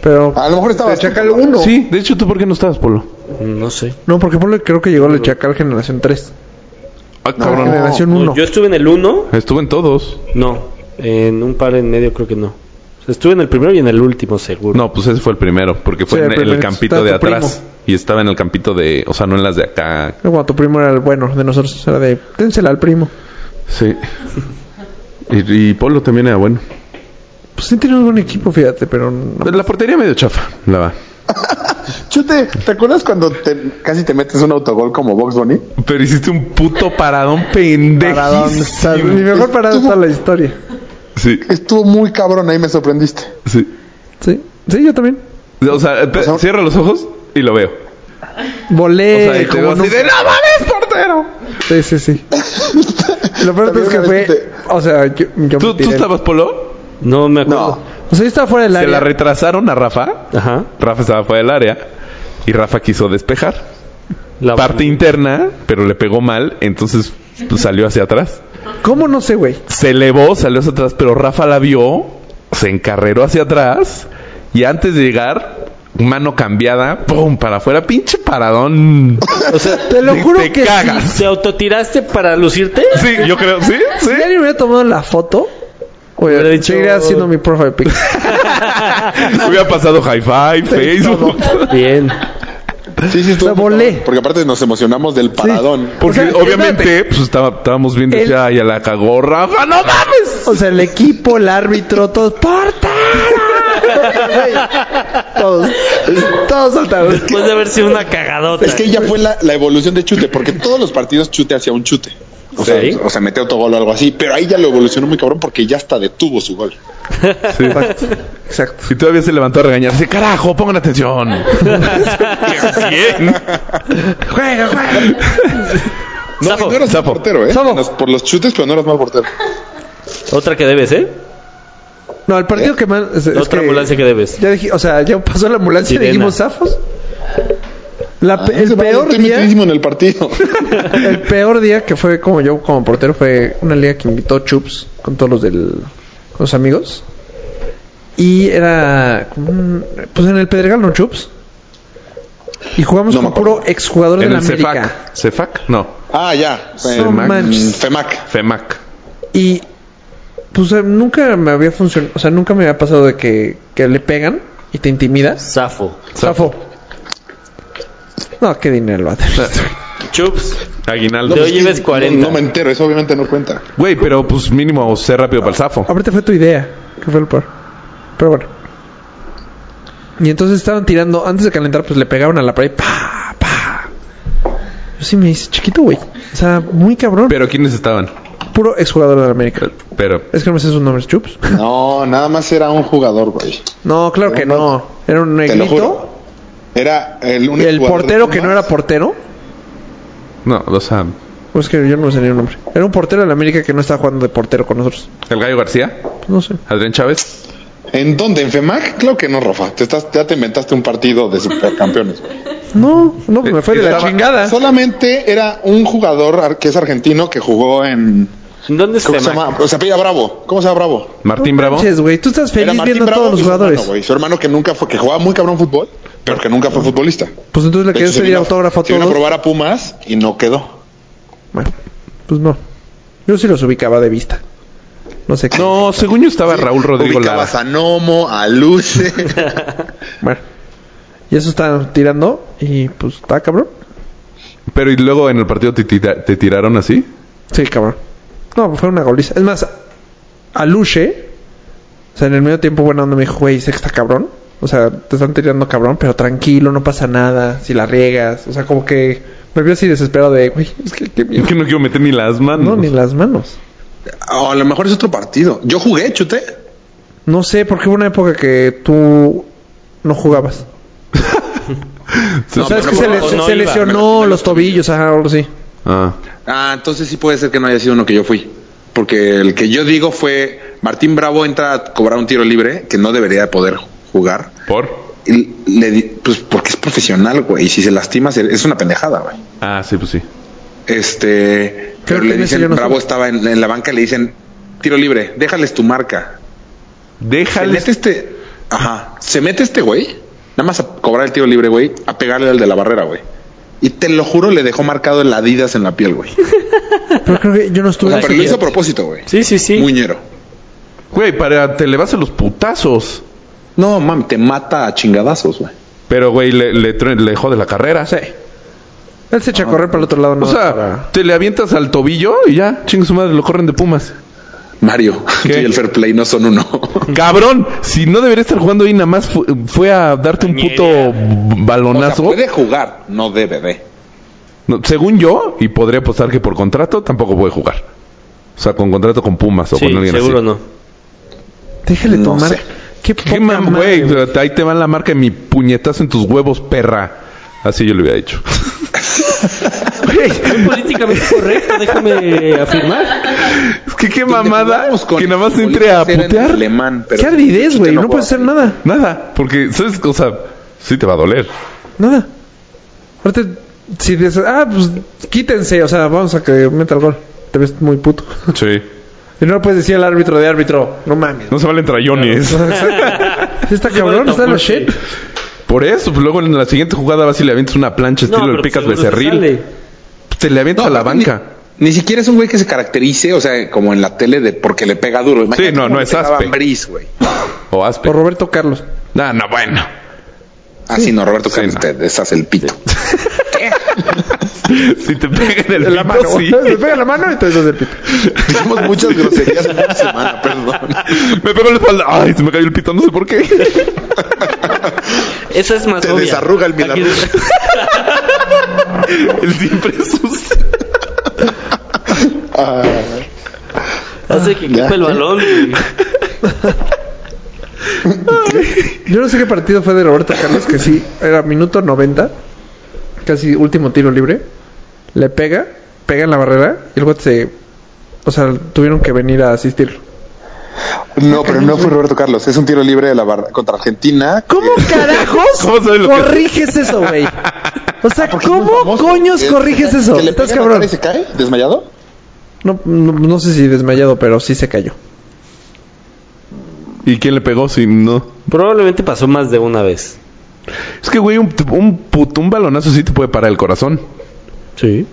Pero A lo mejor estaba. Chacal uno. Sí, de hecho, ¿tú por qué no estabas, Polo? No sé. No, porque Polo creo que llegó el Chacal generación 3. Ah, cabrón. Generación 1. Yo estuve en el 1. Estuve en todos. No. En un par en medio creo que no. Estuve en el primero y en el último seguro. No, pues ese fue el primero, porque fue Sí, en el primero. el campito Estaba de tu atrás. primo. Y estaba en el campito de, o sea, no en las de acá. Cuando tu primo era el bueno de nosotros, era de, dénsela al primo. Sí. Y, y Polo también era bueno. Pues sí tenemos buen equipo, fíjate, pero no. Pues La portería medio chafa, la va. Chute, ¿te acuerdas cuando te- casi te metes un autogol como Box Bunny? Pero hiciste un puto paradón pendejo. Paradón. Sal- Mi mejor parada está la historia. Sí, Estuvo muy cabrón, ahí me sorprendiste. sí. Sí, sí, yo también. O sea, pe- sea, cierra los ojos y lo veo. O Volé. sea, y te como veo así nunca. de, "No mames, portero! Sí, sí, sí. Lo peor es que También una fue. vez te- O sea, yo, yo ¿Tú, me tú tiré. estabas Polo? No me No, acuerdo. O sea, yo estaba fuera del Se área. la retrasaron a Rafa. Ajá. Rafa estaba fuera del área. Y Rafa quiso despejar. La Parte interna, pero le pegó mal. Entonces pues, salió hacia atrás. ¿Cómo no sé, güey? se elevó, salió hacia atrás, pero Rafa la vio, se encarreró hacia atrás y antes de llegar, mano cambiada, ¡pum! para afuera, pinche paradón. O sea, Te lo Te- juro te que cagas. ¿te autotiraste para lucirte? Sí, yo creo, sí, sí. si alguien hubiera tomado la foto, Hubiera oye, dicho- seguiría haciendo mi profile pic. Hubiera pasado hi-fi, Facebook. Bien. Sí, sí, estuvo. La muy volé. cabrón, Porque aparte nos emocionamos del paradón. Porque O sea, obviamente, pues estaba- estábamos viendo El- ya, ya la cagó Rafa, ¡Ah, no mames. O sea, el equipo, el árbitro, todos. ¡Porta! todos. Todos saltaron. Pues Después de haber sido una cagadota. Es que ya fue la, la evolución de Chute, porque todos los partidos Chute hacía un chute. O sea, Sí. o sea, metió autogol o algo así, pero ahí ya lo evolucionó muy cabrón porque ya hasta detuvo su gol. Sí. Exacto. Y todavía se levantó a regañar. Dice, carajo, pongan atención. Bien. Juega, juega. No, Zafo, no eras mal Zafo. portero, ¿eh? Zafo. Nos- por los chutes, pero no eras mal portero. Otra que debes, ¿eh? No, el partido que más. es- es Otra que- ambulancia que debes. Ya dije, o sea, ya pasó la ambulancia y Sirena. dijimos zafos. La pe- el Ah, Ese vato, peor estoy día, metidísimo en el partido. el peor día que fue como yo como portero fue una liga que invitó Chups con todos los del con los amigos. Y era como un- pues en el Pedregal no Chups. Y jugamos No me con puro exjugador de En la el América. CEFAC. CEFAC, no. Ah, ya. No Femac. manches. Femac. FEMAC. Y pues eh, nunca me había funcionado, o sea, nunca me había pasado de que, que le pegan y te intimidas. Zafo. Zafo. No, qué dinero va a tener. Chups. Aguinaldo. Te Güey, oye- lleves No, 40. No, me entero, eso obviamente no cuenta. pero pues mínimo sé rápido para el zafo. Aparte fue tu idea, que fue el peor. Pero bueno. Y entonces estaban tirando, antes de calentar, pues le pegaron a la pared, pa, pa. Yo sí me hice chiquito, güey. O sea, muy cabrón. Pero ¿quiénes estaban? Puro exjugador de la América. Pero Es que no me sé sus nombres, chups. No, nada más era un jugador, güey. No, claro que no. Era un Te lo negrito. juro. Era el Y único. el jugador de portero que no Pumas. era portero. no, o sea, Pues que yo no me sé ni el nombre. Era un portero de la América que no estaba jugando de portero con nosotros. el Gallo García, No sé. Adrián Chávez. ¿En dónde? ¿En FEMAC? Claro que no, Rafa. Te estás, ya te inventaste un partido de supercampeones. güey. No, no, me fue de la Estaba- chingada. Solamente era un jugador ar- que es argentino que jugó en. ¿Cómo ¿Dónde se se llama? llama? O sea, apellida Bravo. ¿Cómo se llama Bravo? Martín Bravo. Manches, güey. Tú estás Era feliz Martín viendo a Bravo todos y los su jugadores. hermano, güey. su hermano que nunca fue, que jugaba muy cabrón fútbol, pero que nunca fue futbolista. pues entonces le De hecho, querías se pedir vino- autógrafo a se vino a todos. probar a Pumas y no quedó. Bueno, pues no. Yo sí los ubicaba de vista. No sé qué. No, según yo estaba Raúl Rodrigo Lara. Ubicabas a Nomo, a Luce. Bueno. Y eso estaban tirando y pues está cabrón. Pero y luego en el partido te, tira- te tiraron así. Sí, cabrón. No, pues, fue una goliza. Es más, Aluche, o sea, en el medio tiempo, bueno, onda me dijo, güey, sé que está cabrón. O sea, te están tirando cabrón, pero tranquilo, no pasa nada. Si la riegas, o sea, como que me vio así desesperado de, güey, es que qué Es miedo. que no quiero meter ni las manos. No, ni las manos. o a lo mejor es otro partido. Yo jugué, chuté. No sé, porque hubo una época que tú no jugabas. Sí, No, sí. ¿Sabes pero que se, no- le- no se iba. lesionó los tobillos? Ajá, algo así. Ah, Ah, entonces sí puede ser que no haya sido uno que yo fui. Porque el que yo digo fue Martín Bravo entra a cobrar un tiro libre que no debería poder jugar. ¿Por? Y le di- pues porque es profesional, güey. Y si se lastima, se- es una pendejada, güey. Ah, sí, pues sí. Este, Creo pero que le en ese yo dicen, no Bravo estuve. estaba en, en la banca, le dicen, tiro libre, déjales tu marca. Se Déjale. mete este, ajá, se mete este güey, nada más a cobrar el tiro libre, güey, a pegarle al de la barrera, güey. Y te lo juro, le dejó marcado el Adidas en la piel, güey. Pero creo que yo no O estuve. sea, pero lo hizo a propósito, güey. Sí, sí, sí. Muñero. Güey, para te le vas a los putazos. No, mami, te mata a chingadazos, güey. Pero, güey, le, le, tru- le jode la carrera. Sí. Él se echa a correr para el otro lado. No, O sea, para- te le avientas al tobillo y ya, chingue su madre, lo corren de pumas. Mario, ¿Qué? tú y el fair play no son uno. Cabrón, si no debería estar jugando ahí, nada más fu- fue, a darte un puto o sea, balonazo. puede jugar, no debe de. No, según yo, y podría apostar que por contrato tampoco puede jugar. O sea, con contrato con Pumas o Sí, con alguien seguro así. no. Déjale No tomar. sé. Qué, ¿Qué poca mam- madre, güey? Ahí te va la marca de mi puñetazo en tus huevos, perra. Así yo le hubiera dicho. Muy políticamente correcto, déjame afirmar. Es que qué Donde mamada jugamos con que nada más entre a futbolistas era en putear. Alemán, pero Qué aridez, güey. No, jugaba. puedes hacer nada. Nada, porque, ¿sabes? O sea, sí te va a doler. Nada. Aparte, si dices, ah, pues quítense, o sea, vamos a que meta el gol. Te ves muy puto. Sí. Y no le puedes decir al árbitro de árbitro, no mames. No se valen trayones. Sí Está cabrón, está en la shit. Por eso, pues, luego en la siguiente jugada vas y le avientas una plancha estilo el pero picas seguro se becerril. sale. Pues, Te le avientas a la aparte ni- banca. Ni, siquiera es un güey que se caracterice, o sea, como en la tele de porque le pega duro. Imagínate Sí, no, cómo no le es pegaba Aspe. a Ambriz, güey. O aspe. Por Roberto Carlos. No, no, bueno. Así Ah, no, Roberto, Sí, Carlos, no. te deshace el pito. si te pegan el La Ah, pito, mano. sí. Le pega la mano y te deshace el pito. Tenemos muchas groserías en una semana, perdón. me pegó en la espalda. Ay, se me cayó el pito, no sé por qué. Esa es más Te obvia. desarruga el Aquí- milarruga. el siempre es sus- Hace que quepa el balón. güey. Yo no sé qué partido fue de Roberto Carlos, que sí, era minuto 90, casi último tiro libre. Le pega, pega en la barrera y el güey se. O sea, tuvieron que venir a asistirlo. No, pero no fue Roberto Carlos. Es un tiro libre de la barra contra Argentina. ¿Cómo carajos ¿Cómo sabes lo que- corriges eso, güey? O Ah, sea, ¿cómo coños corriges eso? ¿Que le Estás pega en la cabrón. cara y se cae? ¿Desmayado? No, no, no sé si desmayado, pero sí se cayó. ¿Y quién le pegó si no? Probablemente pasó más de una vez. Es que, güey, un, un, put- un balonazo sí te puede parar el corazón. Sí.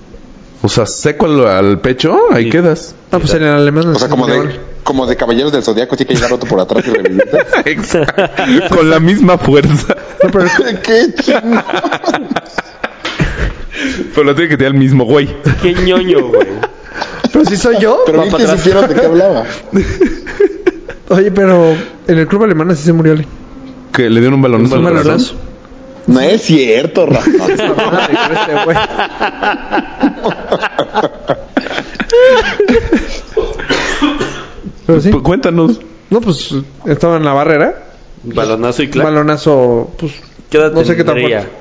O sea, seco al, al pecho, ahí Sí. quedas. Ah, pues en el alemán. O sea, como de, como de caballeros del zodiaco, tiene que llegar otro por atrás y revivirte. Exacto. Con la misma fuerza. ¿Qué chingo? Pero lo tiene que tener el mismo güey. Qué ñoño, güey. Pero si soy yo, Pero va bien para que atrás. supieron de qué hablaba. Oye, pero en el club alemán así se murió alguien. Que le dieron un balón. Un balón. No es cierto, Rafa. Este güey. Pero sí. Cuéntanos. No, pues estaba en la barrera. Balonazo y claro. Balonazo, pues ¿Qué edad no sé qué tan tendría? fuerte.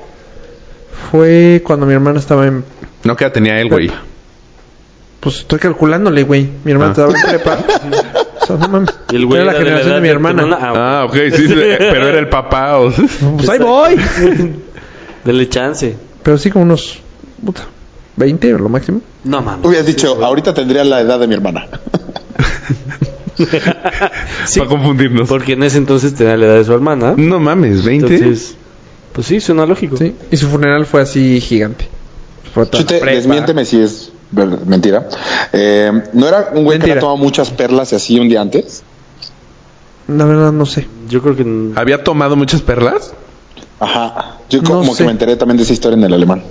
fue cuando mi hermana estaba en. No, que ya tenía él, güey. Pues estoy calculándole, güey. Mi hermana Ah. estaba en prepa. O sea, no mames. Y el güey era la era de generación de, edad mi tu hermana. Ah, ok, sí, sí, pero era el papá. o sea. Pues ahí voy. Dele chance. Pero sí, como unos. Puta, 20 o lo máximo. No mames. Hubieras dicho, ahorita tendría la edad de mi hermana. Sí, Para confundirnos. porque en ese entonces tenía la edad de su hermana. No mames, 20. Entonces, pues sí, suena lógico. Sí. Y su funeral fue así gigante. Fue toda la Chute, prepa. desmiénteme si es ver- mentira. Eh, ¿No era un güey que Mentira. había tomado muchas perlas y así un día antes? La verdad, no sé. Yo creo que n- ¿Había tomado muchas perlas? Ajá. Yo No como sé. que me enteré también de esa historia en el alemán.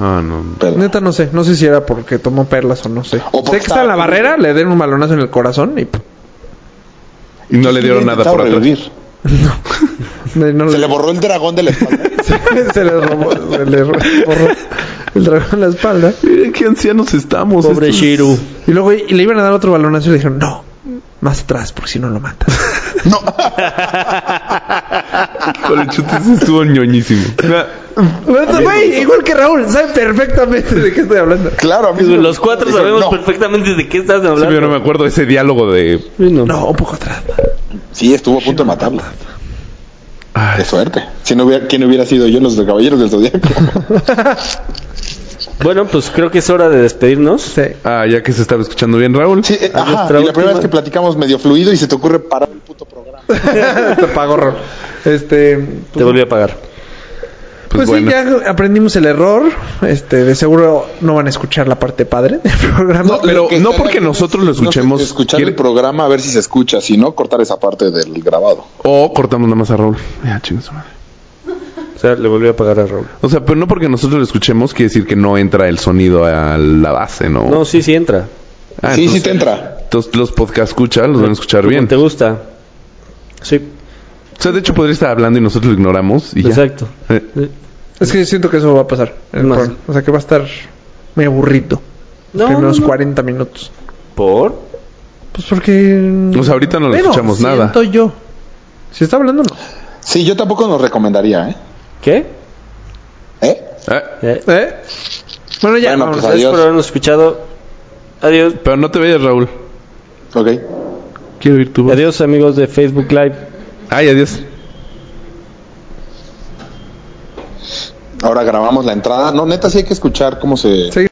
Ah, no. Pero- Neta, no sé. No sé si era porque tomó perlas o no sé. O porque sé que está en la estaba- barrera, le den un balonazo en el corazón y. pues, pum. Y no le dieron Sí, nada por intentaba atrás. revivir. No, no- Se le borró el dragón de la espalda. se le robó, se le ro- borró el dragón en la espalda. Eh, ¿Qué ancianos estamos? Pobre Estos- Shiru. Y luego y le iban a dar otro balonazo y le dijeron, no, más atrás, porque si no lo matas. Con el chute se estuvo ñoñísimo. Güey, igual que Raúl, sabe perfectamente de qué estoy hablando. Claro, a mí sí me- Pues Los cuatro Dijo, sabemos "No". perfectamente de qué estás Sí, hablando. yo no me acuerdo de ese diálogo de. Sí, no. No, un poco atrás. Sí, estuvo a punto de matarlo. Ay, Qué suerte. Si no hubiera, ¿quién hubiera sido yo en los de caballeros del zodiaco? Bueno, pues creo que es hora de despedirnos. Sí. Ah, ya que se estaba escuchando bien, Raúl. Pues Sí, eh, A ajá. nuestra Y la última- primera vez que platicamos medio fluido y se te ocurre parar el puto programa. Te pagó Raúl. Este, Te pues, volví a pagar. Pues, pues bueno. sí, ya aprendimos el error. Este, de seguro no van a escuchar la parte padre del programa. No, pero Lo que no está porque bien nosotros lo es, no sé, escuchemos, escuchar quiere- el programa a ver si se escucha, si no, cortar esa parte del grabado. O cortamos nada más a Raúl. Ya, chinga su madre. O sea, le volví a pagar a Raúl. O sea, pero no porque nosotros lo escuchemos quiere decir que no entra el sonido a la base, ¿no? No, sí, sí entra. Ah, sí, sí entonces- te entra. Entonces los podcast escucha, los van a escuchar Como bien. ¿Te gusta? Sí, O sea, de hecho podría estar hablando y nosotros lo ignoramos y ya. exacto. Eh, Sí. Es que yo siento que eso va a pasar. en el Más. programa. O sea, que va a estar muy aburrido. No, primeros no, no. 40 minutos. ¿Por? Pues porque. O sea, ahorita no le Bueno, escuchamos nada. Siento yo. Si está hablando, no. Sí, yo tampoco nos recomendaría, ¿eh? ¿Qué? ¿Eh? Ah, Eh, ¿Eh? Bueno, ya. Bueno, vámonos. pues, adiós. Gracias por habernos escuchado. Adiós. pero no te vayas, Raúl. Ok. Quiero oír tu voz. Adiós amigos de Facebook Live. Ay, adiós. Ahora grabamos la entrada. No, neta, sí hay que escuchar cómo se... Sí.